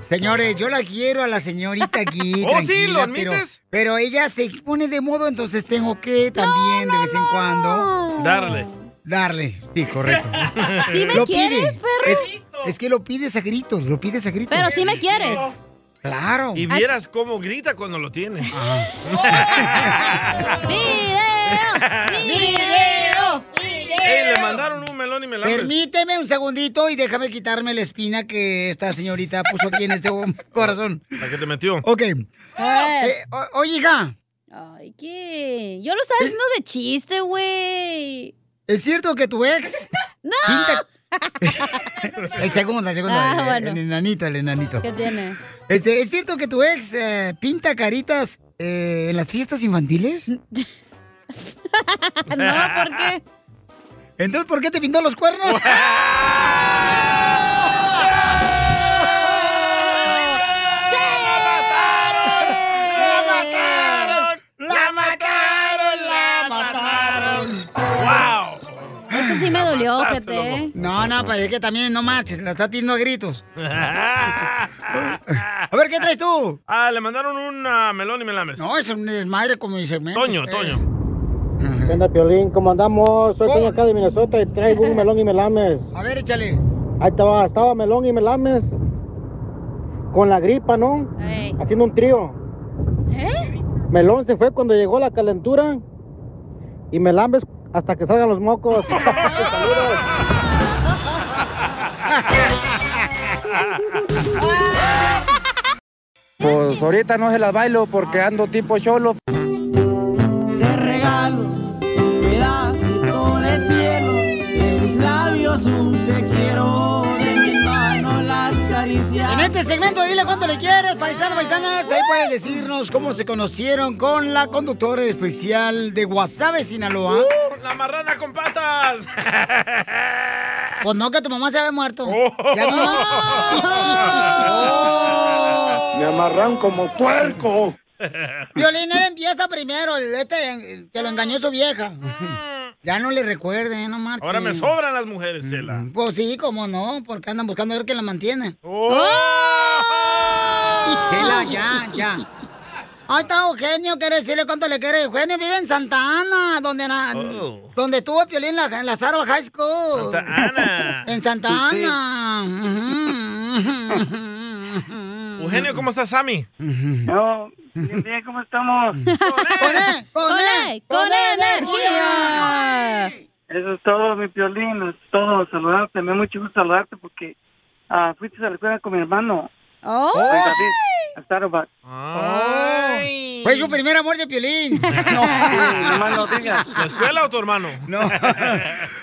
Señores, yo la quiero a la señorita aquí. *laughs* Oh, sí, tranquila, ¿lo pero- admites? Pero, ella se pone de modo, entonces tengo que también de vez en cuando. Darle. Darle, sí, correcto. *laughs* ¿Sí me quieres, perro? Es, es que lo pides a gritos, lo pides a *laughs* gritos. Pero sí *laughs* me quieres. Claro. Y vieras cómo grita cuando lo tiene. ¡Video! *laughs* Ey, le mandaron un melón y melambres. Permíteme un segundito y déjame quitarme la espina que esta señorita puso aquí en *laughs* este corazón. La que te metió. Ok. *laughs* Eh, o- oye, hija, Ay, ¿qué? Yo lo estaba haciendo de chiste, güey. ¿es cierto que tu ex? *laughs* ¡No! pinta- *laughs* el segundo, el segundo. Ah, el- bueno. el, enanito, el enanito. ¿Qué tiene? Este, ¿Es cierto que tu ex eh, pinta caritas eh, en las *laughs* fiestas infantiles? No, ¿por qué? *laughs* Entonces, ¿por qué te pintó los cuernos? *laughs* No, no, pues es que también no marches, la estás pidiendo a gritos. *laughs* A ver, ¿qué traes tú? Ah, le mandaron un ah, melón y melames. No, es un desmadre como dice. men. Toño, Eh, Toño. ¿Qué onda, Piolín? ¿Cómo andamos? Soy Toño acá de Minnesota y traigo un melón y melames. A ver, échale. Ahí estaba, estaba melón y melames con la gripa, ¿no? Haciendo un trío. Melón se fue cuando llegó la calentura y melames hasta que salgan los *laughs* mocos. Pues ahorita no se las bailo porque ando tipo cholo. Te regalo un pedacito de cielo, de mis labios un te quiero, de mis manos las caricias. En este segmento, dile cuánto le quieres, paisano, paisanas. Ahí puedes decirnos cómo se conocieron con la conductora especial de Guasave, Sinaloa. ¡Uh, la marrana con patas! *laughs* Pues no, que tu mamá se había muerto. Ya no. *laughs* Me amarran como puerco. Violín, él empieza primero, el este el que lo engañó su *laughs* vieja. Ya no le recuerde, ¿eh? no marches. Ahora me sobran las mujeres, Chela. Pues sí, cómo no, porque andan buscando a ver quién la mantiene. Chela, ya, *laughs* ya. Ahí está Eugenio, quiere decirle cuánto le quiere. Eugenio vive en Santa Ana, donde, na- Oh. donde estuvo Piolín en la, en la Saro High School. Santa Ana. *laughs* En Santa Ana. Ujú. Eugenio, ¿cómo estás, Sammy? No, bien, bien, ¿cómo estamos? ¡Con él! ¡Con energía! Eso es todo, mi Piolín, es todo. Saludarte, me da mucho gusto saludarte porque ah, fuiste a la escuela con mi hermano. ¡Oh! Con David, a Starbucks. Fue su primer amor de Piolín. *laughs* No. ¿La escuela o tu hermano? *laughs* *laughs* No.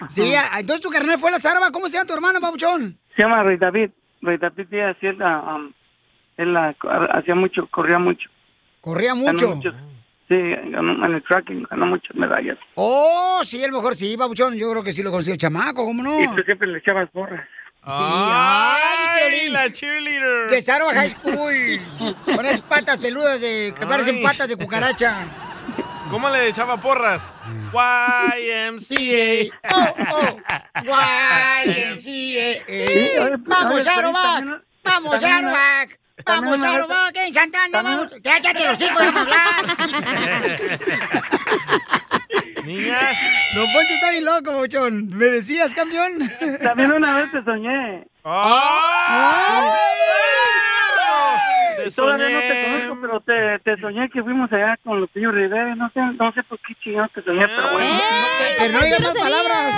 Sí, a- entonces tu carnal fue a la Sarva. ¿Cómo se llama tu hermano, Pabuchón? Se llama Rey David. Rey David Díaz, y él, ah, um, él ah, hacía mucho, corría mucho. Corría Ganó mucho. muchos- sí, ganó en el tracking, ganó muchas medallas. Oh, sí, a lo mejor sí, Pabuchón. Yo creo que sí lo consiguió el chamaco, ¿cómo no? Y tú siempre le echabas porras. ¡Ay, ¡Ay, Piolín! la cheerleader! De Sarva High School. *laughs* Con esas patas peludas de, que parecen patas de cucaracha. ¿Cómo le echaba porras? YMCA. Oh, oh. *laughs* YMCA. eh, pues, Vamos, oye, Sarovac. también- Vamos, también- Sarovac. Vamos, también- Sarovac. En Santana, vamos. Cállate los hijos, vamos a *laughs* hablar. Niñas. No, Poncho está bien loco, Bochón. ¿Me decías, campeón? También una vez te soñé. Te Todavía no soñé. te conozco, pero te, te soñé que fuimos allá con Lupillo Rivera y no sé, no sé por qué chingados te soñé, pero bueno. Pero no digas más palabras.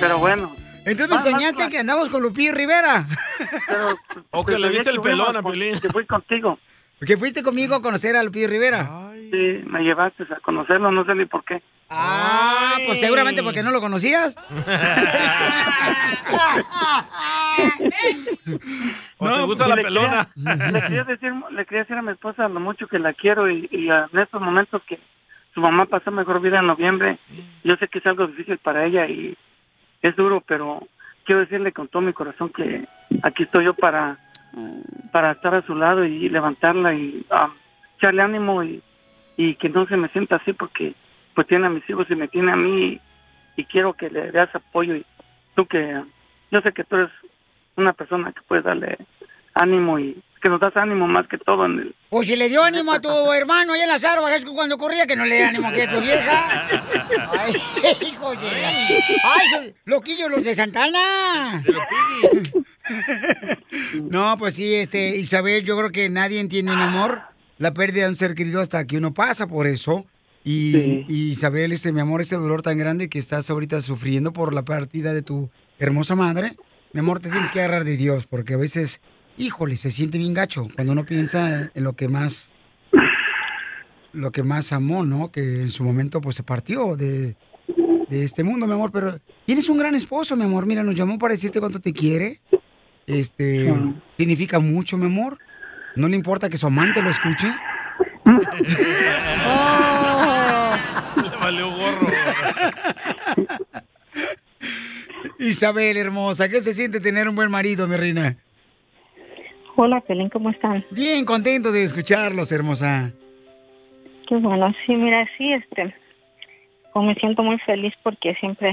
Pero bueno. Entonces me soñaste que andamos con Lupillo Rivera. O pues, que le viste el pelón a Piolín. Que fui contigo. Que fuiste conmigo a conocer a Lupillo Rivera. Sí, me llevaste a conocerlo, no sé ni por qué. Ah, pues seguramente porque no lo conocías. *laughs* ¿O te gusta la pues, le *laughs* pelona? quería- le, quería decir, le quería decir a mi esposa lo mucho que la quiero y, y, ah, en estos momentos que su mamá pasó mejor vida en noviembre, yo sé que es algo difícil para ella y es duro, pero quiero decirle con todo mi corazón que aquí estoy yo para, para estar a su lado y levantarla y ah, echarle ánimo y, y que no se me sienta así porque pues tiene a mis hijos y me tiene a mí y, y quiero que le das apoyo y tú que ah, yo sé que tú eres una persona que puedes darle ánimo y que nos das ánimo más que todo en el... O Pues si le dio ánimo a tu hermano ahí en la Zaro cuando corría, que no le dio ánimo aquí a tu vieja. Ay, *laughs* hijo de... Ay, son loquillos los de Santana. No, pues sí, este, Isabel, yo creo que nadie entiende, mi amor, la pérdida de un ser querido hasta que uno pasa por eso. Y, y Isabel, este, mi amor, este dolor tan grande que estás ahorita sufriendo por la partida de tu hermosa madre, mi amor, te tienes que agarrar de Dios, porque a veces, híjole, se siente bien gacho cuando uno piensa en lo que más, lo que más amó, ¿no? Que en su momento, pues, se partió de, de este mundo, mi amor, pero tienes un gran esposo, mi amor, mira, nos llamó para decirte cuánto te quiere, este, significa mucho, mi amor. No le importa que su amante *laughs* lo escuche. Le valió gorro. Isabel, hermosa, ¿qué se siente tener un buen marido, mi reina? Hola, Pelín, ¿cómo están? Bien, contento de escucharlos, hermosa. Qué bueno, sí, mira, sí, este, pues me siento muy feliz porque siempre,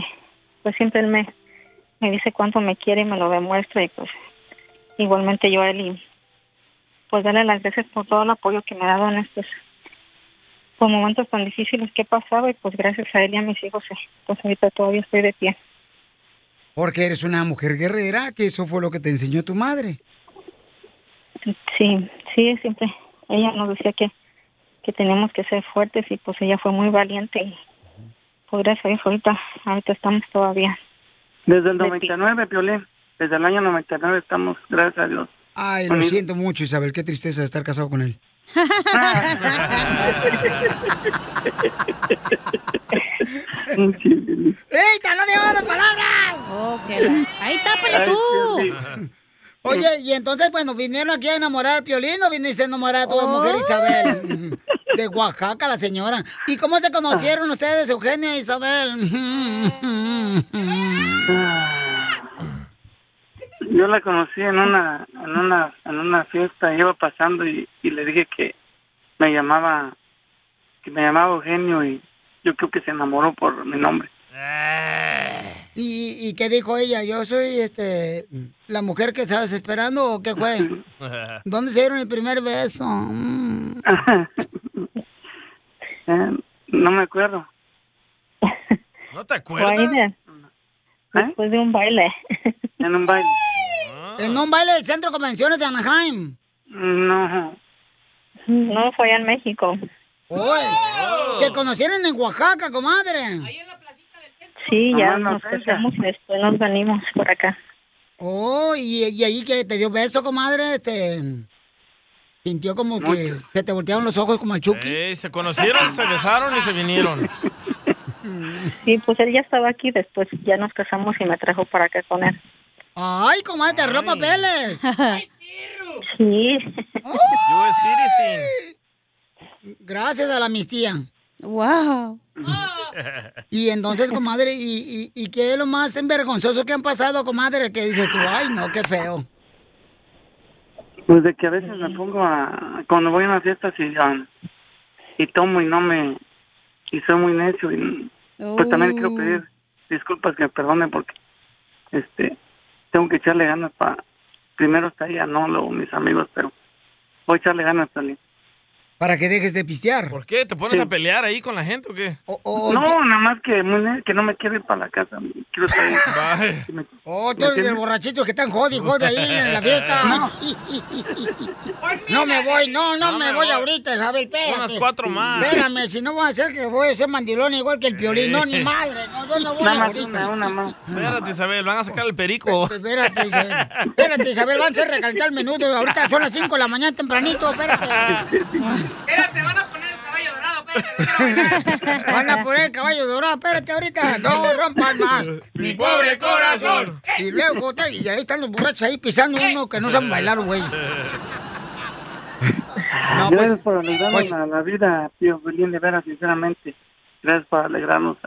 pues siempre él me, me dice cuánto me quiere y me lo demuestra y pues igualmente yo a él y pues darle las gracias por todo el apoyo que me ha dado en estos pues, momentos tan difíciles que he pasado y pues gracias a él y a mis hijos eh, pues ahorita todavía estoy de pie. Porque eres una mujer guerrera, que eso fue lo que te enseñó tu madre. Sí, sí, siempre ella nos decía que, que teníamos que ser fuertes y pues ella fue muy valiente y pues gracias a Dios ahorita, ahorita estamos todavía. Desde el 99, Piolín. Desde el año 99 estamos, gracias a Dios. Ay, lo Unidos. siento mucho, Isabel. Qué tristeza estar casado con él. ¡Eita, no digo las palabras! Oh, ¡Ahí tápale tú! Oye, y entonces, bueno, ¿vinieron aquí a enamorar a Piolín o viniste a enamorar a toda Oh. mujer Isabel? De Oaxaca, la señora. ¿Y cómo se Ah. conocieron ustedes, Eugenio e Isabel? Yo la conocí en una en una en una fiesta, iba pasando y, y le dije que me llamaba que me llamaba Eugenio y yo creo que se enamoró por mi nombre. *laughs* ¿Y, ¿Y qué dijo ella? ¿Yo soy este la mujer que estabas esperando o qué fue? ¿Dónde se dieron el *laughs* primer beso? Mm. Eh, no me acuerdo. ¿No te ¿Eh? Baile. Después de un baile. En un baile. Ah. ¿En un baile del Centro de Convenciones de Anaheim? No. No, fue en México. ¡Oye! Se conocieron en Oaxaca, comadre. Sí, ya Nomás nos nos deja. casamos y después nos venimos por acá. Oh, y, y ahí que te dio beso, comadre, este. Sintió como que se te voltearon los ojos como el Chucky. Ey, se conocieron, se besaron y se vinieron. Sí, pues él ya estaba aquí, después ya nos casamos y me trajo para acá con él. Ay, comadre, te arregló *laughs* papeles. Sí. US Citizen. Gracias a la amistía. Wow. Y entonces, comadre, ¿y, y, y qué es lo más vergonzoso que han pasado, comadre? Que dices tú, ay, no, qué feo. Pues de que a veces me pongo a cuando voy a una fiesta y um, y tomo y no me y soy muy necio y pues también quiero pedir disculpas que me perdonen porque este tengo que echarle ganas para primero está ella no luego mis amigos pero voy a echarle ganas también Para que dejes de pistear. ¿Por qué? ¿Te pones a pelear ahí con la gente o qué? Oh, no nada más que muy ne- que no me quiero ir para la casa quiero salir Que me- Oh, tú eres el borrachito que están jodi, jodi ahí en la *laughs* fiesta. No, me voy, no, no, me, voy, ahorita, Isabel, espérate. Unas cuatro más. Espérame, si no voy a hacer que voy a ser mandilón igual que el piolín. No, ni madre, no, yo no voy Nada más ahorita. Espérate, Isabel, van a sacar el perico. Espérate, Isabel. Espérate, Isabel, van a hacer recalentar el menudo. Ahorita son las 5 de la mañana tempranito, espérate. Espérate, van a poner el caballo dorado, espérate. Van a poner el caballo dorado, espérate ahorita. No rompan más. Mi pobre corazón. Y luego, ta- y ahí están los borrachos ahí pisando uno que no saben bailar, güey. No, gracias pues- por alegrarnos pues- la, la vida tío Belín de veras sinceramente gracias por alegrarnos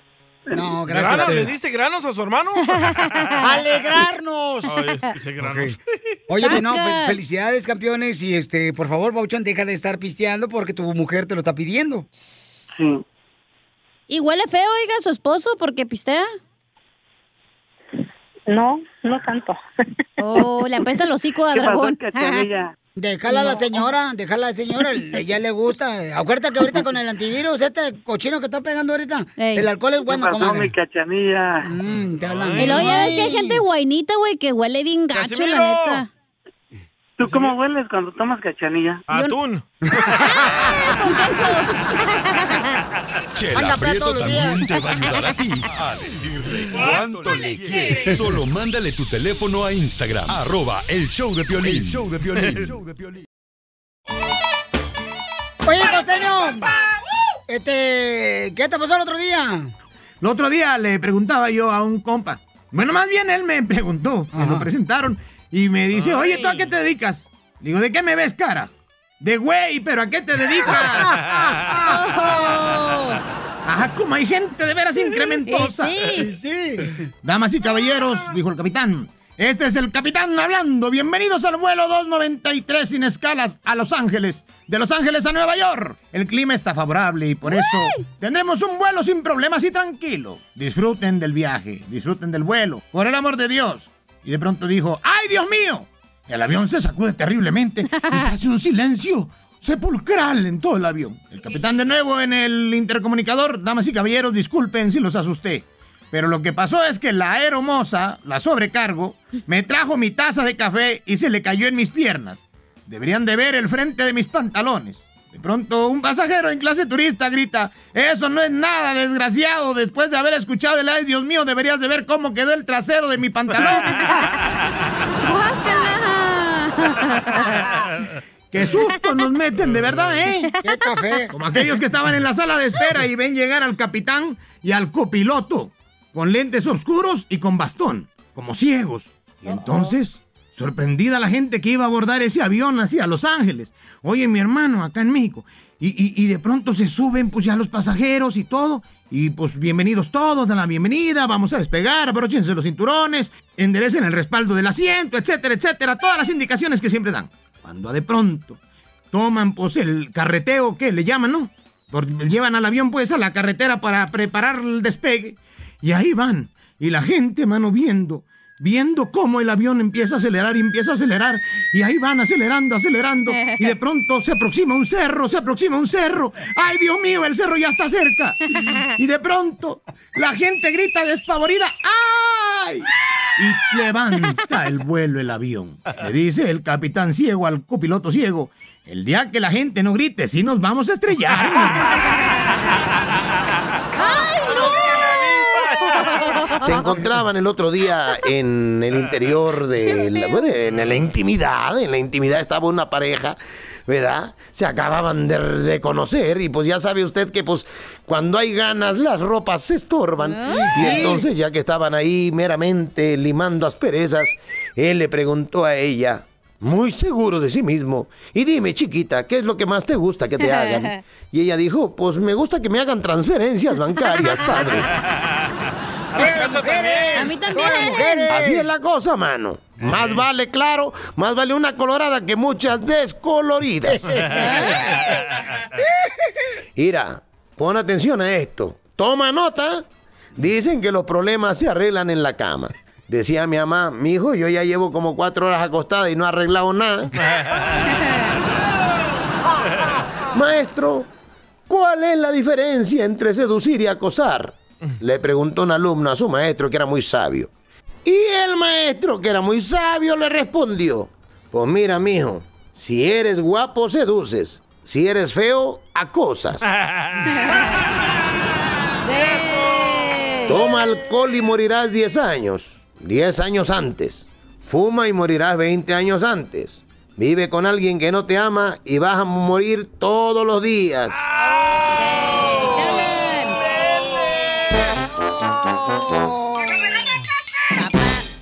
no ¿Granos? ¿Le diste granos a su hermano? *laughs* ¡Alegrarnos! Ay, escuché granos. Oye, pues, no, fe- Sacas. felicidades, campeones. Y este, por favor, Bauchan, deja de estar pisteando porque tu mujer te lo está pidiendo. Sí. ¿Y huele feo, oiga, su esposo porque pistea? No, no tanto. Oh, le apesta el hocico a ¿Qué pasó, dragón. cachanilla? Déjala a la No. señora, déjala a la señora, le- ya le gusta. Acuérdate que ahorita con el antivirus, este cochino que está pegando ahorita, el alcohol es bueno, ¿Qué pasó, comadre. Mm, mi cachanilla te hablan. Y luego ya ves que hay gente guainita, güey, que huele bien gacho, la ¡Casimiro! neta. tú cómo hueles cuando tomas cachanilla atún Chela Anda, Prieto todos los también días. te va a ayudar a ti a decirle cuánto le quiere. Solo mándale tu teléfono a Instagram, arroba el show de Piolín. El show de Piolín. El show Oye, costeño, este, ¿qué te pasó el otro día? El otro día le preguntaba yo a un compa. Bueno, más bien él me *laughs* preguntó, me lo presentaron y me dice, oye, ¿tú a qué te dedicas? Le Digo, ¿de qué me ves cara? De güey, pero ¿a qué *laughs* te dedicas? Oh. *laughs* Ajá, como *laughs* hay gente de veras incrementosa. Y sí. Damas y caballeros, dijo el capitán, Este es el capitán hablando. Bienvenidos al vuelo 293 sin escalas a Los Ángeles. De Los Ángeles a Nueva York. El clima está favorable y por eso tendremos un vuelo sin problemas y tranquilo. Disfruten del viaje, disfruten del vuelo, por el amor de Dios. Y de pronto dijo, ¡ay Dios mío! El avión se sacude terriblemente y se hace un silencio sepulcral en todo el avión. El capitán de nuevo en el intercomunicador, damas y caballeros, disculpen si los asusté. Pero lo que pasó es que la aeromoza, la sobrecargo, me trajo mi taza de café y se le cayó en mis piernas. Deberían de ver el frente de mis pantalones. De pronto, un pasajero en clase turista grita, eso no es nada, desgraciado, después de haber escuchado el ay, Dios mío, deberías de ver cómo quedó el trasero de mi pantalón. ¡Qué susto nos meten, de verdad, eh! ¡Qué café! Como aquellos que estaban en la sala de espera y ven llegar al capitán y al copiloto con lentes oscuros y con bastón, como ciegos. Y entonces, sorprendida la gente que iba a abordar ese avión así a Los Ángeles. Oye, mi hermano, acá en México. Y, y- y de pronto se suben pues ya los pasajeros y todo. Y pues bienvenidos todos, dan la bienvenida, vamos a despegar, abróchense los cinturones, enderecen el respaldo del asiento, etcétera, etcétera, todas las indicaciones que siempre dan. Cuando de pronto toman pues el carreteo que le llaman, ¿no? Por- llevan al avión pues a la carretera para preparar el despegue. Y ahí van. Y la gente, mano, viendo, viendo cómo el avión empieza a acelerar y empieza a acelerar. Y ahí van acelerando, acelerando. Y de pronto se aproxima un cerro, se aproxima un cerro. ¡Ay, Dios mío, el cerro ya está cerca! Y de pronto la gente grita despavorida. ¡Ay! Y levanta el vuelo el avión. Le dice el capitán ciego al copiloto ciego. El día que la gente no grite, sí nos vamos a estrellar. Se encontraban el otro día en el interior de la, de- en la intimidad, en la intimidad estaba una pareja, ¿verdad? Se acababan de, de conocer y pues ya sabe usted que pues cuando hay ganas las ropas se estorban. Y entonces ya que estaban ahí meramente limando asperezas, él le preguntó a ella, muy seguro de sí mismo, y dime chiquita, ¿qué es lo que más te gusta que te hagan? Y ella dijo, pues me gusta que me hagan transferencias bancarias, padre. A mí también. Así *laughs* es la cosa, mano. Más vale claro, más vale una colorada que muchas *laughs* descoloridas. Mira, pon atención a esto. Toma nota. Dicen que los problemas se arreglan en la cama. Decía mi mamá, mi hijo, yo ya llevo como cuatro horas acostada y no he arreglado nada. Maestro, ¿cuál es la diferencia entre seducir y acosar? Le preguntó un alumno a su maestro que era muy sabio. Y el maestro, que era muy sabio, le respondió: Pues mira, mijo, si eres guapo, seduces. Si eres feo, acosas. Toma alcohol y morirás 10 años. 10 años antes. Fuma y morirás 20 años antes. Vive con alguien que no te ama y vas a morir todos los días.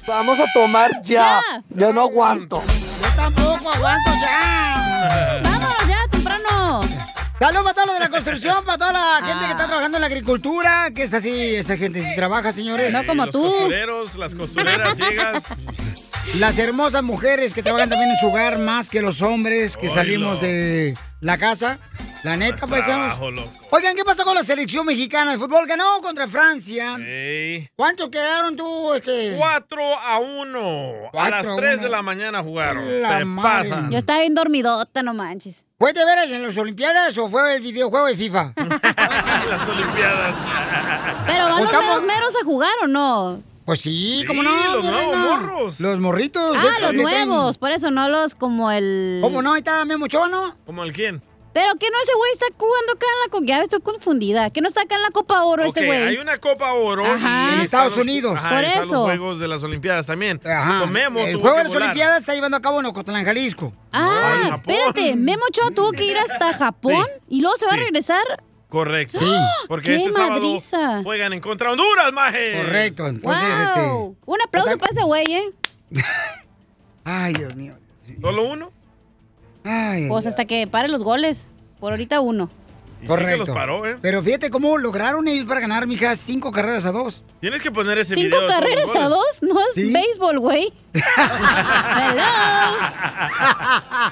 Vamos a tomar ya. Yo no aguanto. Yo tampoco aguanto ya. ¡Vámonos ya, temprano! Ah. Saludos para *laughs* todos los de la construcción, para toda la gente que está trabajando en la agricultura, que es así, esa gente sí trabaja, señores. Sí, los costureros, las costureras ciegas. Las hermosas mujeres que trabajan también en su hogar más que los hombres que Oilo. salimos de la casa. La neta, paisanos. Trabajo, loco. Oigan, ¿qué pasó con la selección mexicana de fútbol? Ganó contra Francia. ¿Cuánto quedaron tú, este? 4 a 1. A Cuatro las a 3 uno. de la mañana jugaron. La Se madre. pasan. Yo estaba bien dormidota, no manches. ¿Fue de veras en las Olimpiadas o fue el videojuego de FIFA? las Olimpiadas. Pero van los Estamos- meros, meros a jugar o no? Pues sí, ¿cómo no? los mi nuevos reina? morros. Los morritos. Ah, estos los que tienen- nuevos, por eso no los como el. ¿Cómo no? Ahí está Memo Chono. ¿Como el quién? Pero que no ese güey está jugando acá en la copa. Ya me estoy confundida. Que no está acá en la Copa Oro este Ok, güey. Hay una Copa Oro Ajá. y En están Estados los- Unidos. ajá, Por y están eso. los Juegos de las Olimpiadas también. Ajá. Tomemos. Ah, el juego de las Olimpiadas está llevando a cabo en Ocotlán, Jalisco. Ah, espérate. Memo Ochoa tuvo que ir hasta Japón y luego se va a regresar. Correcto. Porque ¡Qué este sábado madriza! juegan en contra de Honduras, maje. Correcto. Entonces, ¡Wow! Un aplauso para ese güey, ¿eh? Ay, Dios mío. este. ¿Solo uno? Ay, Pues hasta que pare los goles. Por ahorita uno. Y sí que Correcto. los paró, ¿eh? Pero fíjate cómo lograron ellos para ganar, mija, cinco carreras a dos. Tienes que poner ese ¿Cinco video. de todos los carreras a goles. dos? No es Sí. béisbol, güey. Hello.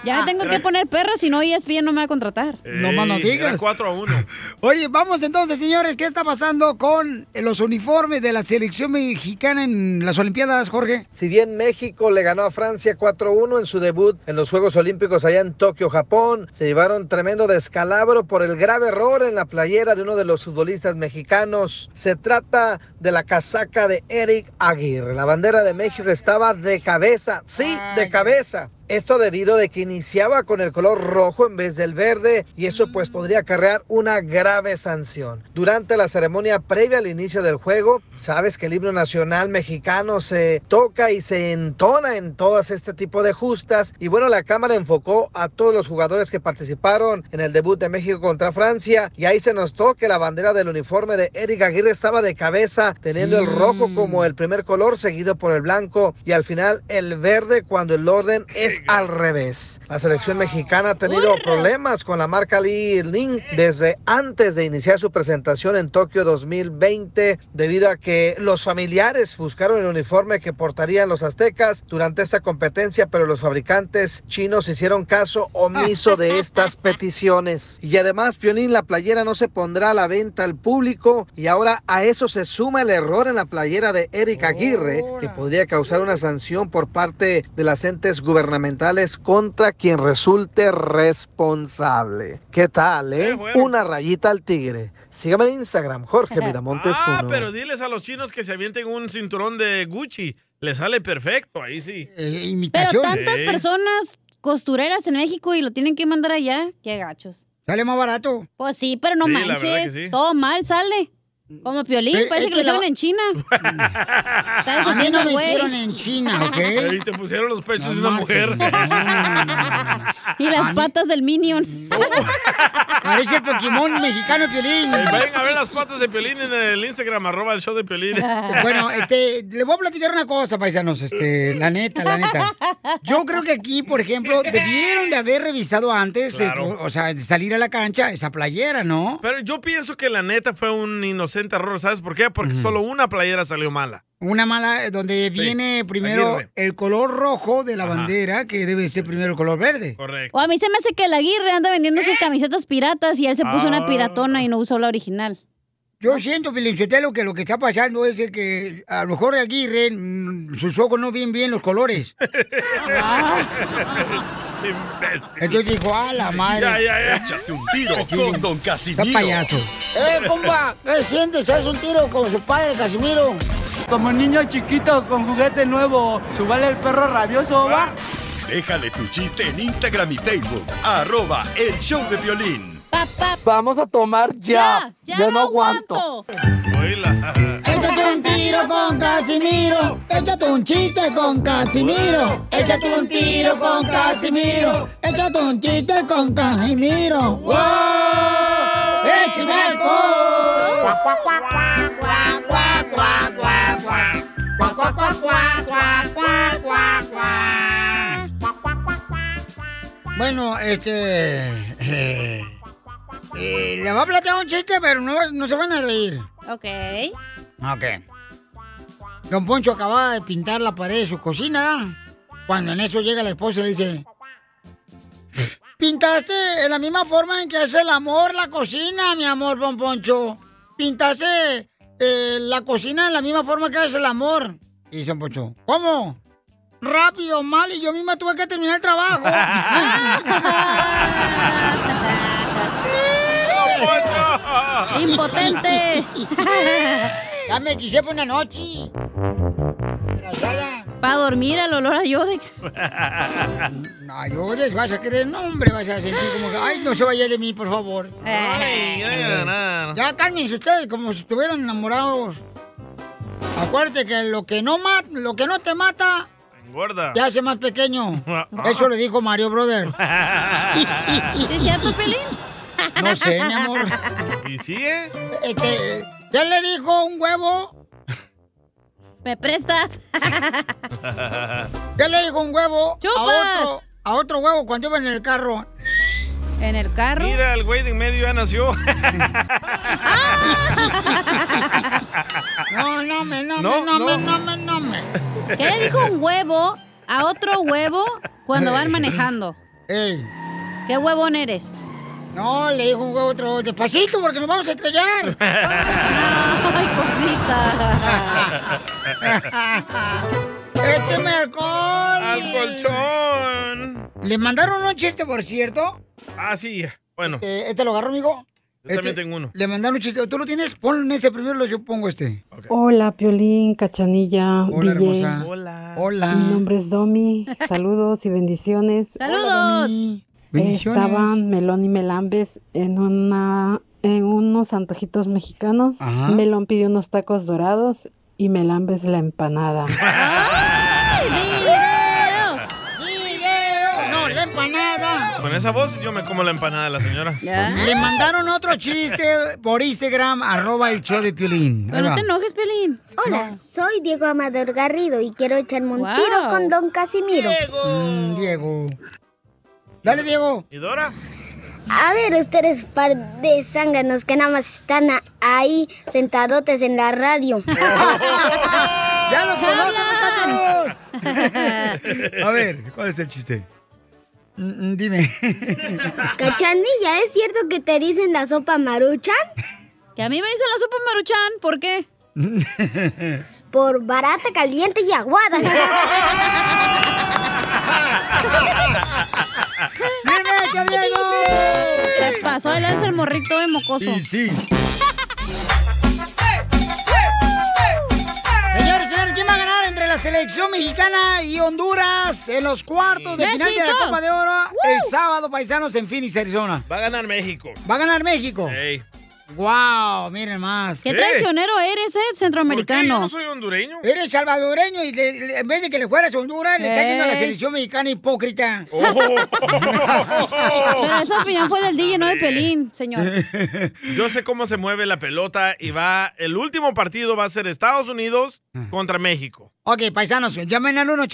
Ya me tengo que Era- poner perra, si no E ESPN no me va a contratar. no más no Ey, era digas. cuatro a uno. Oye, vamos entonces, señores, ¿qué está pasando con los uniformes de la selección mexicana en las Olimpiadas, Jorge? Si bien México le ganó a Francia 4-1 en su debut en los Juegos Olímpicos allá en Tokio, Japón, se llevaron tremendo descalabro por el grave error en la playera de uno de los futbolistas mexicanos. Se trata de la casaca de Eric Aguirre. La bandera de México estaba de cabeza, sí, de cabeza. Esto debido de que iniciaba con el color rojo en vez del verde y eso pues podría acarrear una grave sanción. Durante la ceremonia previa al inicio del juego, sabes que el himno nacional mexicano se toca y se entona en todas este tipo de justas y bueno, la cámara enfocó a todos los jugadores que participaron en el debut de México contra Francia y ahí se notó que la bandera del uniforme de Eric Aguirre estaba de cabeza teniendo el rojo como el primer color seguido por el blanco y al final el verde cuando el orden es al revés. La selección mexicana ha tenido problemas con la marca Lee Link desde antes de iniciar su presentación en Tokio 2020 debido a que los familiares buscaron el uniforme que portarían los aztecas durante esta competencia pero los fabricantes chinos hicieron caso omiso de *laughs* estas peticiones. Y además, Pionín, la playera no se pondrá a la venta al público y ahora a eso se suma el error en la playera de Eric Aguirre que podría causar una sanción por parte de las entes gubernamentales contra quien resulte responsable. ¿Qué tal, eh? Una rayita al tigre. Sígame en Instagram, *laughs* Jorge Miramontes Ah, uno. pero diles a los chinos que se avienten un cinturón de Gucci. Le sale perfecto, ahí sí. Pero tantas Sí. personas costureras en México y lo tienen que mandar allá, qué gachos. Sale más barato. Pues sí, pero no Sí, la verdad manches, que sí. todo mal sale. Como Piolín, Pero parece es que que lo hicieron la- en China. Está A mí haciendo, no me güey. hicieron en China, ¿ok? Ahí te pusieron los pechos de una mujer. Y las patas del Minion. Parece el Pokémon mexicano Piolín. Eh, vayan a ver las patas de Piolín en el Instagram, arroba el show de *laughs* Piolín. *laughs* Bueno, este, le voy a platicar una cosa, paisanos, este, la neta, la neta. Yo creo que aquí, por ejemplo, debieron de haber revisado antes, eh, Claro. o sea, de salir a la cancha esa playera, ¿no? Pero yo pienso que la neta fue un inocente error, ¿sabes por qué? Porque solo una playera salió mala. Una mala, eh, donde viene primero Aguirre. el color rojo de la Ajá. bandera, que debe ser primero el color verde. Correcto. O a mí se me hace que el Aguirre anda vendiendo sus camisetas piratas y él se puso ¿Eh? Ah. una piratona y no usó la original. Yo siento, Pilinchotelo, que lo que está pasando es de que a lo mejor Aguirre, mm, sus ojos no ven bien los colores. Entonces dijo, a la madre. Ya, ya, ya. Échate un tiro con Don Casimiro. Está payaso. ¡Eh, compa! ¿Qué sientes? ¿Haz un tiro con su padre, Casimiro? Como niño chiquito con juguete nuevo, subale el perro rabioso, va. Déjale tu chiste en Instagram y Facebook. Arroba El Show de Violín. Vamos a tomar ya. Ya, Ya, ya no aguanto. Échate un tiro con Casimiro. Échate un chiste con Casimiro. Échate un tiro con Casimiro. Échate un chiste con Casimiro. ¡Wow! ¡Échame alcohol! Bueno, este. eh, eh, le voy a plantear un chiste, pero no, no se van a reír. Ok. Ok. Ah, Don Poncho acababa de pintar la pared de su cocina. Cuando en eso llega la esposa y le dice: Pintaste en la misma forma en que hace el amor la cocina, mi amor, Don Poncho. Pintaste eh, la cocina en la misma forma que hace el amor. Y Don Poncho: ¿Cómo? Rápido, mal, y yo misma tuve que terminar el trabajo. *laughs* ¡Impotente! *laughs* ya me quise por una noche. Para dormir al olor a Yodex. *laughs* No llores, vas a querer, no, hombre, vas a sentir como que, ay, no se vaya de mí, por favor. Eh. Ay, ya, nada. Ya cálmense ustedes, como si estuvieran enamorados. Acuérdate que lo que no ma- lo que no te mata, Engorda. te hace *laughs* más pequeño. Eso le dijo Mario Brother. ¿Sí es cierto, Pelín? No sé, mi amor. *laughs* ¿Y sigue? Eh, *laughs* Este, ¿Qué le dijo un huevo? ¿Me prestas? ¿Qué le dijo un huevo a ¡Chupas! otro, a otro huevo cuando iba en el carro? En el carro. Mira, el güey de en medio ya nació. No, no me, Ah, no, No, me, no, no. me, no me, no me. ¿Qué le dijo un huevo a otro huevo cuando van manejando? ¿Qué huevón eres? No, le dijo un huevo a otro huevo, despacito porque nos vamos a estrellar. Ay, cosita. *laughs* Écheme alcohol. Al colchón. Le mandaron un chiste, por cierto. Ah, sí, bueno. Eh, ¿Este lo agarró, amigo? Yo también Este, tengo uno. Le mandaron un chiste. ¿Tú lo tienes? Pon ese primero, luego yo pongo este. Hola, Piolín, Cachanilla, Hola, DJ. hermosa. Hola. Hola. Mi nombre es *laughs* Domi. Saludos y bendiciones. ¡Saludos! Bendiciones. Estaban Melón y Melambes en una en unos antojitos mexicanos. Ajá. Melón pidió unos tacos dorados y Melambes la empanada. ¡Video! No, la empanada. Con esa voz yo me como la empanada de la señora. Le mandaron otro chiste por Instagram, arroba el show de Piolín. Ahí va. enojes, Pelín. Hola, soy Diego Amador Garrido y quiero echarme un tiro con Don Casimiro. Mm, Diego. Dale, Diego. ¿Y Dora? A ver, ustedes par de zánganos que nada más están a- ahí sentadotes en la radio. *laughs* ¡Ya los conoces, muchachos! *laughs* A ver, ¿cuál es el chiste? Mm, mm, dime. *laughs* *laughs* Cachanilla, ¿es cierto que te dicen la sopa maruchan? Que a mí me dicen la sopa maruchan, ¿por qué? Por barata, caliente y *laughs* aguada. ¡Bien hecho, Diego! Se pasó de lanza el morrito de mocoso. sí. Señores, señores, ¿quién va a ganar entre la selección mexicana y Honduras en los cuartos de final de ¡México! la Copa de Oro el sábado, paisanos, en Phoenix, Arizona? Va a ganar México. ¿Va a ganar México? Ey. ¡Wow! Miren más. Qué traicionero eres, eh, centroamericano. ¿Yo no soy hondureño? Eres salvadoreño y le- le- en vez de que le fueras a Honduras, le está yendo a la Ey. selección mexicana hipócrita. Oh. *laughs* Pero esa opinión fue del DJ, no de Pelín, señor. Yo sé cómo se mueve la pelota y va. El último partido va a ser Estados Unidos contra Ah. México. Ok, paisanos, llamen al Van a ver.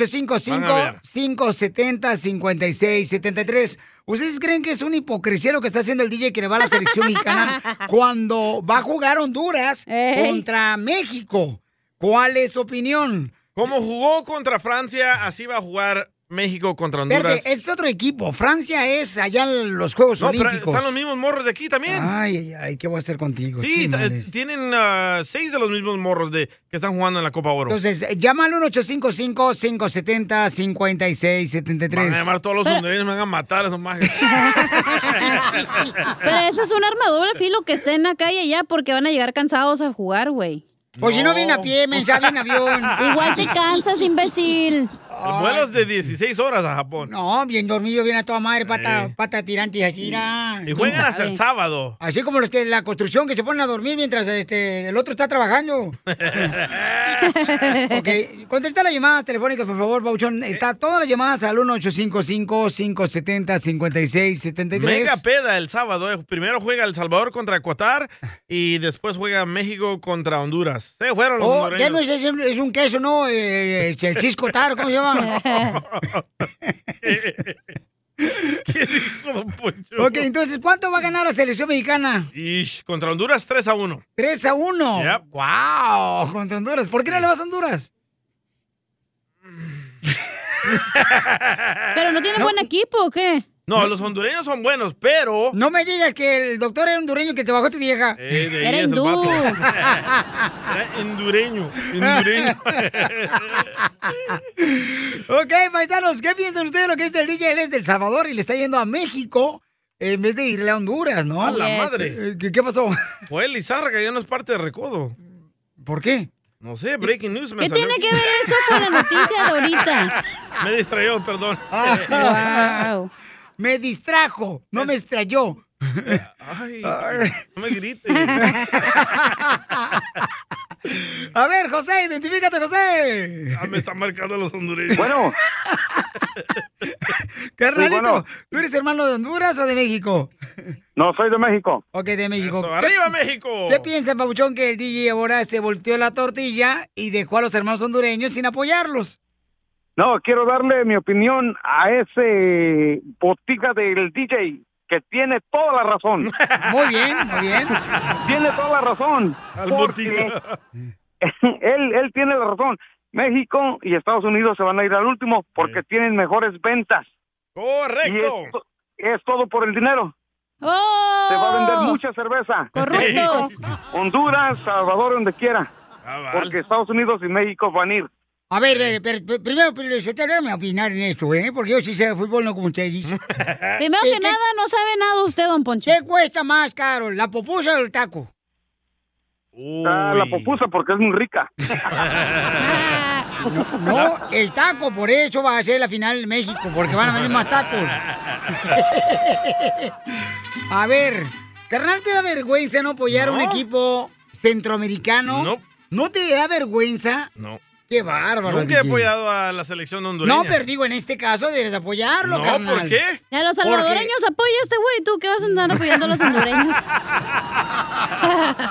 1-855-570-5673. ¿Ustedes creen que es una hipocresía lo que está haciendo el DJ que le va a la selección mexicana *laughs* cuando va a jugar Honduras Ey. contra México? ¿Cuál es su opinión? Como jugó contra Francia, así va a jugar México contra Honduras. Verde, es otro equipo. Francia es allá en los Juegos No, pero Olímpicos. están los mismos morros de aquí también. Ay, ay, ay, ¿qué voy a hacer contigo? Sí, está- Chimales. tienen ah, seis de los mismos morros de, que están jugando en la Copa Oro. Entonces, eh, llama al 1-855-570-5673. van a llamar todos los hondureños, me van a matar a esos *laughs* majes. Pero esa es un arma de doble filo que estén acá y allá porque van a llegar cansados a jugar, güey. Pues si no viene a pie, men, ya viene en avión. *laughs* Igual te cansas, imbécil. Vuelos de 16 horas a Japón. No, bien dormido, bien a toda madre, pata, Eh. pata tirante y así. na. Y juegan hasta el sábado. Así como los que la construcción que se ponen a dormir mientras este, el otro está *laughs* trabajando. ok, contesta las llamadas telefónicas, por favor, Bauchón. Eh. Está todas las llamadas al 1-855-570-5673. Mega peda el sábado. eh. Primero juega El Salvador contra Qatar y después juega México contra Honduras. Se fueron los Oh, ya hondureños. no es, es un- es un queso, ¿no? Eh, eh, el chisco taro, ¿cómo se llama? *laughs* *laughs* ok, entonces, ¿cuánto va a ganar la selección mexicana? Ish, contra Honduras 3 a 1. 3 a 1. ¡Wow! Contra Honduras. ¿Por qué no le vas a Honduras? Pero no tiene buen equipo, ¿o qué? No, los hondureños son buenos, pero. No me digas que el doctor era hondureño que te bajó tu vieja. Eh, de ahí Era es el hindú. *laughs* vato. *laughs* Era hondureño. Hondureño. *laughs* ok, paisanos, ¿qué piensan ustedes de lo que es el DJ? Él es del Salvador y le está yendo a México en vez de irle a Honduras, ¿no? A la Yes. madre. Eh, ¿Qué, qué pasó? Joel Lizárraga ya no es parte de Recodo. ¿Por qué? No sé, Breaking News me ¿Qué salió tiene aquí. que ver eso con la noticia de *laughs* ahorita? Me *laughs* distrayó, perdón. Ah. Me distrajo, no me extrayó. Ay, Ay. no me grites. *laughs* A ver, José, identifícate, José. Ah, me están marcando los hondureños. *laughs* Bueno. Carnalito, Sí, bueno. ¿tú eres hermano de Honduras o de México? No, soy de México. Ok, de México. Eso, ¿Qué- ¡arriba, México! ¿Qué piensa, Pabuchón, que el DJ ahora se volteó la tortilla y dejó a los hermanos hondureños sin apoyarlos? No, quiero darle mi opinión a ese botica del DJ. que tiene toda la razón. *laughs* Muy bien, muy bien. Tiene toda la razón. porque *laughs* él, él tiene la razón. México y Estados Unidos se van a ir al último porque tienen mejores ventas. Correcto. Y es, to- es todo por el dinero. Se va a Oh. Oh. vender mucha cerveza. Corruptos. México, Honduras, Salvador, donde quiera. Ah, Porque Estados Unidos y México van a ir. A ver, ver, ver, ver, primero, Pio Lizotelo, déjame opinar en esto, ¿eh? Porque yo sí sé de fútbol, no como ustedes *laughs* dicen. Primero que nada, no sabe nada usted, don Poncho. ¿Qué cuesta más caro, la pupusa o el taco? Ah, la popusa porque es muy rica. No, el taco, por eso va a ser la final en México, porque van a vender más tacos. a ver, carnal, ¿te da vergüenza no apoyar a un No. equipo centroamericano? No. ¿No te da vergüenza? No. Qué bárbaro. Nunca he DJ. apoyado a la selección hondureña. No, pero digo, en este caso debes apoyarlo, No, carnal. ¿por qué? A los salvadoreños apoya este güey, ¿tú qué vas a andar apoyando a los *laughs* hondureños? *laughs*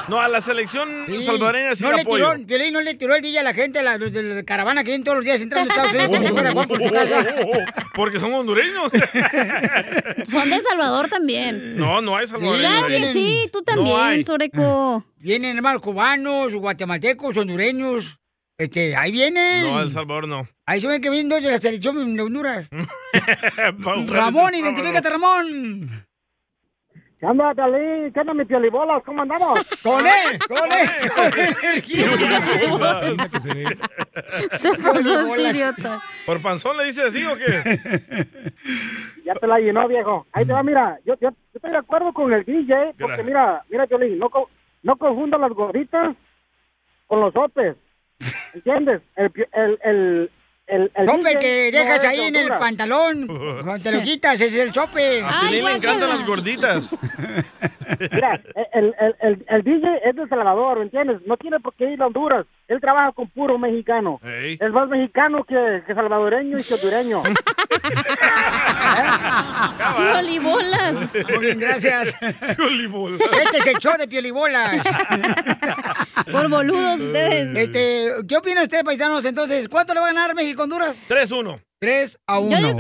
No, a la selección Sí. salvadoreña sí no la le apoyo. tiró, Piolín no le tiró el día a la gente, a la, de la caravana que viene todos los días entrando a Estados Unidos *laughs* como si fuera Juan por su casa. Porque *laughs* son hondureños. Son de El Salvador también. No, no hay salvadoreños. Claro ahí. que sí, tú también, Soreco. *laughs* Vienen hermanos cubanos, guatemaltecos, hondureños. Este, ahí vienen. No, El Salvador no. Ahí se ven que vienen dos de la selección de *laughs* Honduras. Eh, Ramón, identifícate, Ramón. ¿Qué onda, Piolín? ¿Qué onda, mi piolibolas? ¿Cómo andamos? *laughs* ¡Con él! ¡Con él! ¡Con él! *laughs* Se pasó este idiota. ¿Por panzón le dice así o qué? Ya te la llenó, viejo. Ahí te va, mira, yo, yo, yo estoy de acuerdo con el DJ, ¿eh? porque Gracias. mira, mira, Piolín, no, co- no confunda las gorditas con los sopes, ¿entiendes? El, pi- el, el, el, el Chope DJ que no es dejas de ahí en el Honduras. *laughs* pantalón. Cuando te lo quitas, ese es el chope. A Piolín le encantan las gorditas. Mira, el, el, el, el DJ es de El Salvador, ¿entiendes? No tiene por qué ir a Honduras. Él trabaja con puro mexicano. Ey. Es más mexicano que, que salvadoreño y que hondureño. Ah, *laughs* Piolibolas. Muy bien, gracias. Este es el show de piolibolas. *laughs* Por boludos ustedes. Este, ¿Qué opinan ustedes, paisanos? Entonces, ¿cuánto le va a ganar México a Honduras? 3-1. 3 a 1. Y de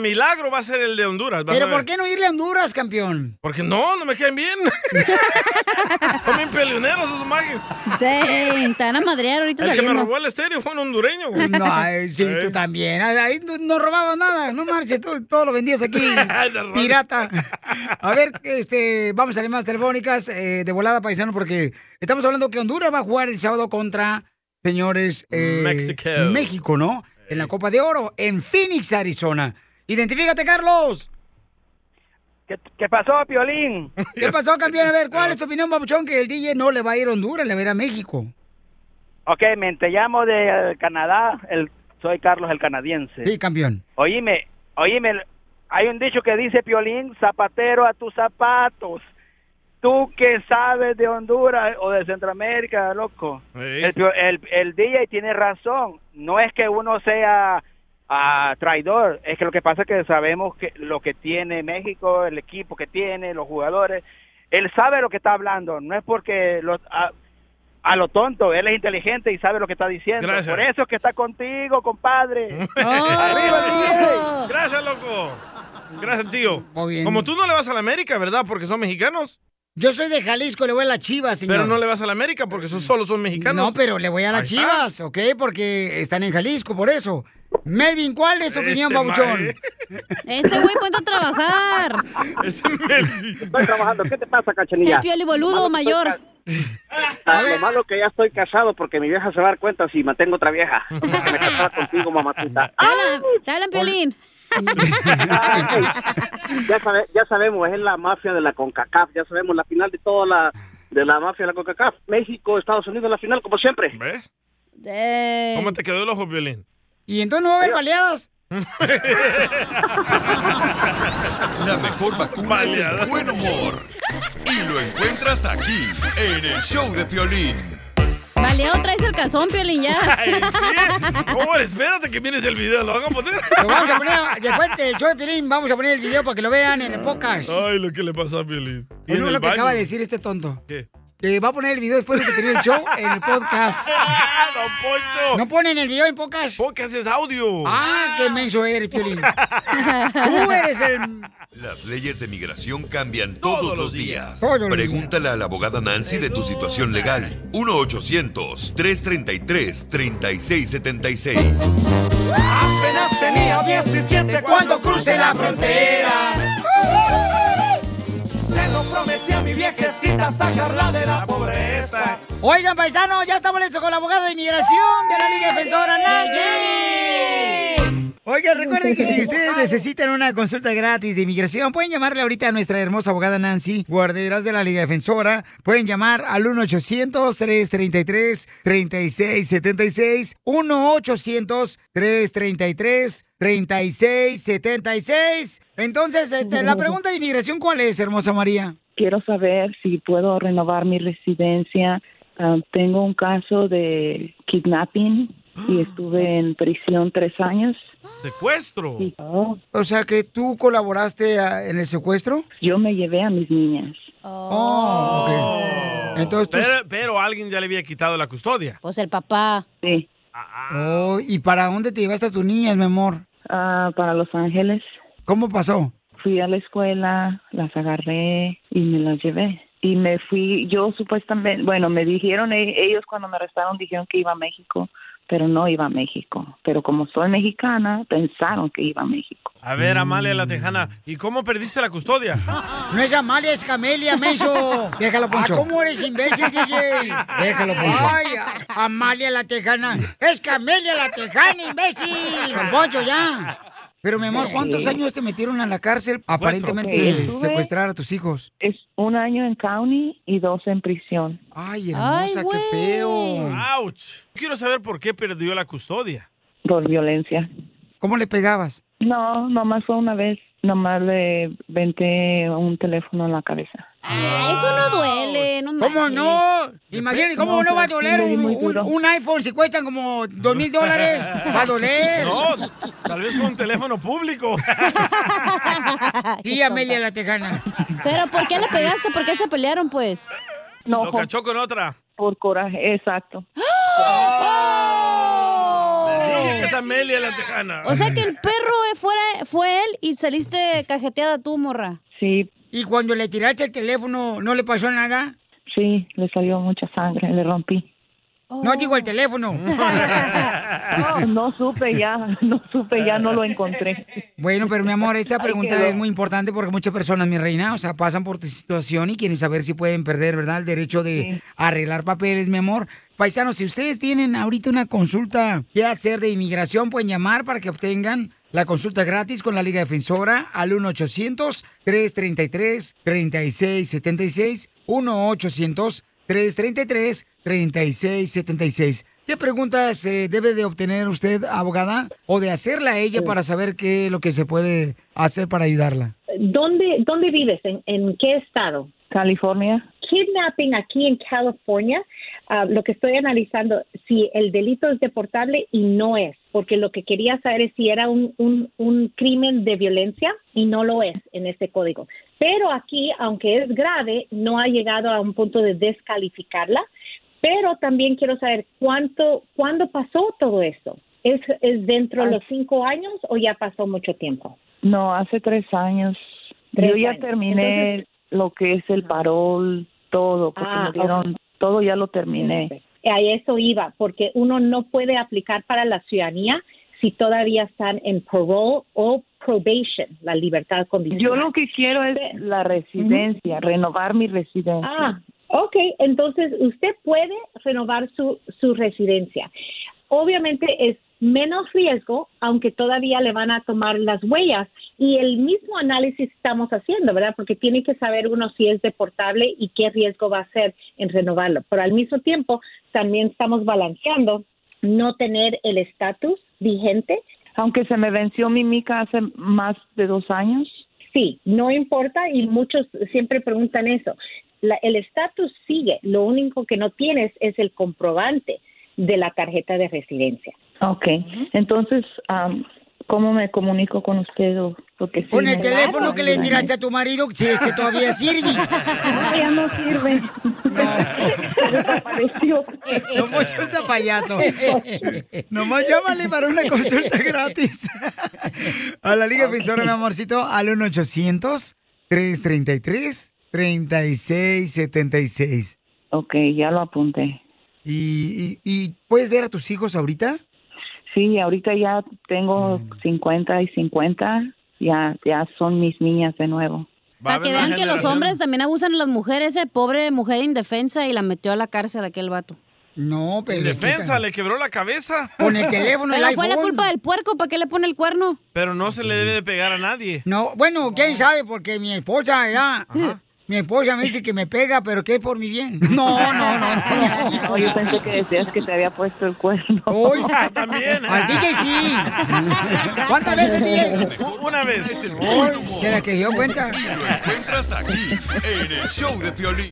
milagro va a ser el de Honduras. vas a Pero ver. ¿por qué no irle a Honduras, campeón? Porque no, no me *laughs* caen bien. Son bien peleoneros esos majes. Dang, te van a madrear ahorita El que me saliendo. robó el estéreo fue un hondureño. *laughs* güey. *laughs* No, ay, sí, tú también. Ay, Ahí no, no robabas nada, no marches, tú todo lo vendías aquí, pirata. A ver, este, vamos a las más telefónicas eh, de volada, paisano, porque estamos hablando que Honduras va a jugar el sábado contra, señores, eh, Mexico. México, ¿no? En la Copa de Oro, en Phoenix, Arizona. Identifícate, Carlos. ¿Qué, pasó, Piolín? ¿Qué pasó, campeón? A *laughs* ver, ¿cuál es tu opinión, babuchón? Que el DJ no le va a ir a Honduras, le va a ir a México. *laughs* Ok, me te llamo de eh, Canadá, el, soy Carlos el canadiense. Sí, campeón. Oíme, oíme, hay un dicho que dice Piolín, zapatero a tus zapatos. Tú que sabes de Honduras o de Centroamérica, loco. El, Pio- el, el DJ tiene razón. No es que uno sea ah, traidor, es que lo que pasa es que sabemos que lo que tiene México, el equipo que tiene, los jugadores, él sabe lo que está hablando. No es porque lo, a, a lo tonto, él es inteligente y sabe lo que está diciendo. Gracias. Por eso es que está contigo, compadre. ¡Arriba, ¡Oh! DJ! Gracias, loco. Gracias, tío. bien. Como tú no le vas a la América, ¿verdad? Porque son mexicanos. Yo soy de Jalisco, le voy a la Chivas, señor. Pero no le vas a la América porque son, solo son mexicanos. No, pero le voy a las Ahí está. chivas, ¿ok? Porque están en Jalisco, por eso. Melvin, ¿cuál es tu opinión, Este babuchón? mae. Ese güey ponte a trabajar. este Estoy *laughs* trabajando. ¿Qué te pasa, El cachanilla? pioli boludo mayor. Ah, lo malo que ya estoy casado porque mi vieja se va a dar cuenta si mantengo otra vieja. Porque me casaba contigo, mamacita. Te hablan- Te hablan, piolín. *laughs* Ya, sabe- ya sabemos, es la mafia de la CONCACAF. Ya sabemos, la final de toda la de la mafia de la CONCACAF. México, Estados Unidos, la final, como siempre. ¿Ves? Dang. Eh. ¿Cómo te quedó el ojo, Violín? Eh, *laughs* ¿Y entonces no va a haber *laughs* baleadas? La mejor vacuna es el buen humor. Y lo encuentras aquí, en el show de Piolín. Baleado traes el calzón, piolín, ya. Omar, espérate que vienes el video, lo van a poner. Lo vamos a poner, después del show de Piolín, vamos a poner el video para que lo vean en el podcast. Ay, lo que le pasó a Violín. Uno lo que acaba de decir este tonto. ¿Qué? que va a poner el video después de que termine el show en el *laughs* podcast. Ah, Don Poncho. ¿No ponen el video en podcast? Podcast es audio. Ah, qué menso eres, *laughs* Piolín. Tú eres el... Las leyes de migración cambian todos, los días. Todos los Pregúntale a la abogada Nancy de tu situación legal. 1-800-333-3676. Apenas tenía 17 cuando crucé la frontera. Se lo prometí a mi viejecita sacarla de la pobreza. Oigan, paisano, ya estamos listos con la abogada de inmigración de la Liga Defensora Nancy. Oigan, recuerden que si ustedes necesitan una consulta gratis de inmigración, pueden llamarle ahorita a nuestra hermosa abogada Nancy Guarderas de la Liga Defensora. Pueden llamar al 1-800-333-3676. 1-800-333-3676. Entonces, este, la pregunta de inmigración, ¿cuál es, hermosa María? Quiero saber si puedo renovar mi residencia. Ah, tengo un caso de kidnapping *gasps* y estuve en prisión tres años. Secuestro. O sea, que tú colaboraste ah, en el secuestro. Yo me llevé a mis niñas. Oh, ok. Entonces tú... Pero, pero alguien ya le había quitado la custodia. Pues el papá. Sí. Oh, ¿Y para dónde te llevaste a tus niñas, mi amor? Ah, para Los Ángeles. ¿Cómo pasó? Fui a la escuela, las agarré y me las llevé. Y me fui, yo supuestamente, bueno, me dijeron, e- ellos cuando me arrestaron dijeron que iba a México, pero no iba a México. Pero como soy mexicana, pensaron que iba a México. A ver, Amalia la Tejana, ¿y cómo perdiste la custodia? No es Amalia, es Camelia, *laughs* menso. Déjalo, Poncho. Ah, ¿Cómo eres imbécil, DJ? Déjalo, Poncho. Ay, a- Amalia la Tejana. Es Camelia la Tejana, imbécil. Don Poncho, ya. Pero, mi amor, ¿cuántos Sí. años te metieron a la cárcel? Aparentemente Sí, estuve- secuestrar a tus hijos. Es un año en county y dos en prisión. Ay, hermosa, Ay, qué güey. feo. ¡Auch! Quiero saber por qué perdió la custodia. Por violencia. ¿Cómo le pegabas? No, nomás fue una vez. Nomás le venté un teléfono en la cabeza. Eso no duele, no ¿Cómo no? Imagínate, ¿cómo No, no va a pero sí doler me di un, muy un- duro. un iPhone si cuestan como dos mil *laughs* dólares? Va a doler. No, tal vez fue un teléfono *laughs* público. Sí, Amelia la Tejana. Pero ¿por qué le pegaste? ¿Por qué se pelearon, pues? No, Lo cachó con otra. por coraje, exacto. Dije que es Amelia la Tejana. ¡Oh! O sea que el perro fuera, fue él y saliste cajeteada tú, morra. Sí, ¿Y cuando le tiraste el teléfono, no le pasó nada? sí, le salió mucha sangre, le rompí. No Oh. digo el *laughs* teléfono. Ah. No, no supe ya, *laughs* no supe Oh. ya, no lo encontré. Bueno, pero mi amor, esta Ahí pregunta quedó. es muy importante porque muchas personas, mi reina, o sea, pasan por tu situación y quieren saber si pueden perder, ¿verdad? El derecho de arreglar papeles, mi amor. Paisanos, si ustedes tienen ahorita una consulta que hacer de inmigración, pueden llamar para que obtengan la consulta gratis con la Liga Defensora al 1-800-333-3676, 1-800-333-3676. ¿Qué preguntas eh, debe de obtener usted, abogada, o de hacerla a ella Sí. para saber qué es lo que se puede hacer para ayudarla? ¿Dónde, dónde vives? ¿En, en qué estado? California. Kidnapping aquí en California. ah, lo que estoy analizando, si el delito es deportable y no es, porque lo que quería saber es si era un, un, un crimen de violencia y no lo es en este código. Pero aquí, aunque es grave, no ha llegado a un punto de descalificarla. Pero también quiero saber cuánto, cuándo pasó todo esto. ¿Es, es dentro de los cinco años o ya pasó mucho tiempo? No, hace tres años. Tres Yo ya años. terminé Entonces- lo que es el parol, todo, porque Ah, me dieron ok. todo, ya lo terminé. a eso iba, porque uno no puede aplicar para la ciudadanía si todavía están en parole o probation, la libertad condicional. Yo lo que quiero es la residencia, renovar mi residencia. Ah, ok. Entonces, usted puede renovar su, su residencia. Obviamente es menos riesgo, aunque todavía le van a tomar las huellas. Y el mismo análisis estamos haciendo, ¿verdad? Porque tiene que saber uno si es deportable y qué riesgo va a ser en renovarlo. Pero al mismo tiempo, también estamos balanceando no tener el estatus vigente Aunque se me venció mi mica hace más de dos años. Sí, no importa y muchos siempre preguntan eso. La- el estatus sigue, lo único que no tienes es el comprobante de la tarjeta de residencia. Ok, entonces am, cómo me comunico con usted o lo que sea. Con el teléfono que le tiraste a tu marido, si es que todavía sirve. *laughs* No, ya no sirve. No mucho ese payaso. Nomás llámale para una consulta gratis. A la Liga Defensora, mi amorcito, al 1-800-333-3676. Ok, ya lo apunté. ¿Y, y, y puedes ver a tus hijos ahorita? Mm. Sí, ahorita ya tengo 50 y 50, ya, ya son mis niñas de nuevo. Para que vean que los hombres también abusan de las mujeres, ese pobre mujer indefensa y la metió a la cárcel aquel vato. No, pero... Defensa, le quebró la cabeza. Con el teléfono, Pero el fue la iPhone. culpa del puerco, ¿para qué le pone el cuerno? Pero no se le debe de pegar a nadie. No, bueno, quién sabe, porque mi esposa ya. Mi esposa me dice que me pega, pero que es por mi bien. No, no, no, no. No, yo pensé que decías que te había puesto el cuerno. también. Al DJ sí. *laughs* ¿Cuántas veces, DJ? Una vez. Hoy, de la que yo cuenta. Entras aquí, en el show de Piolín.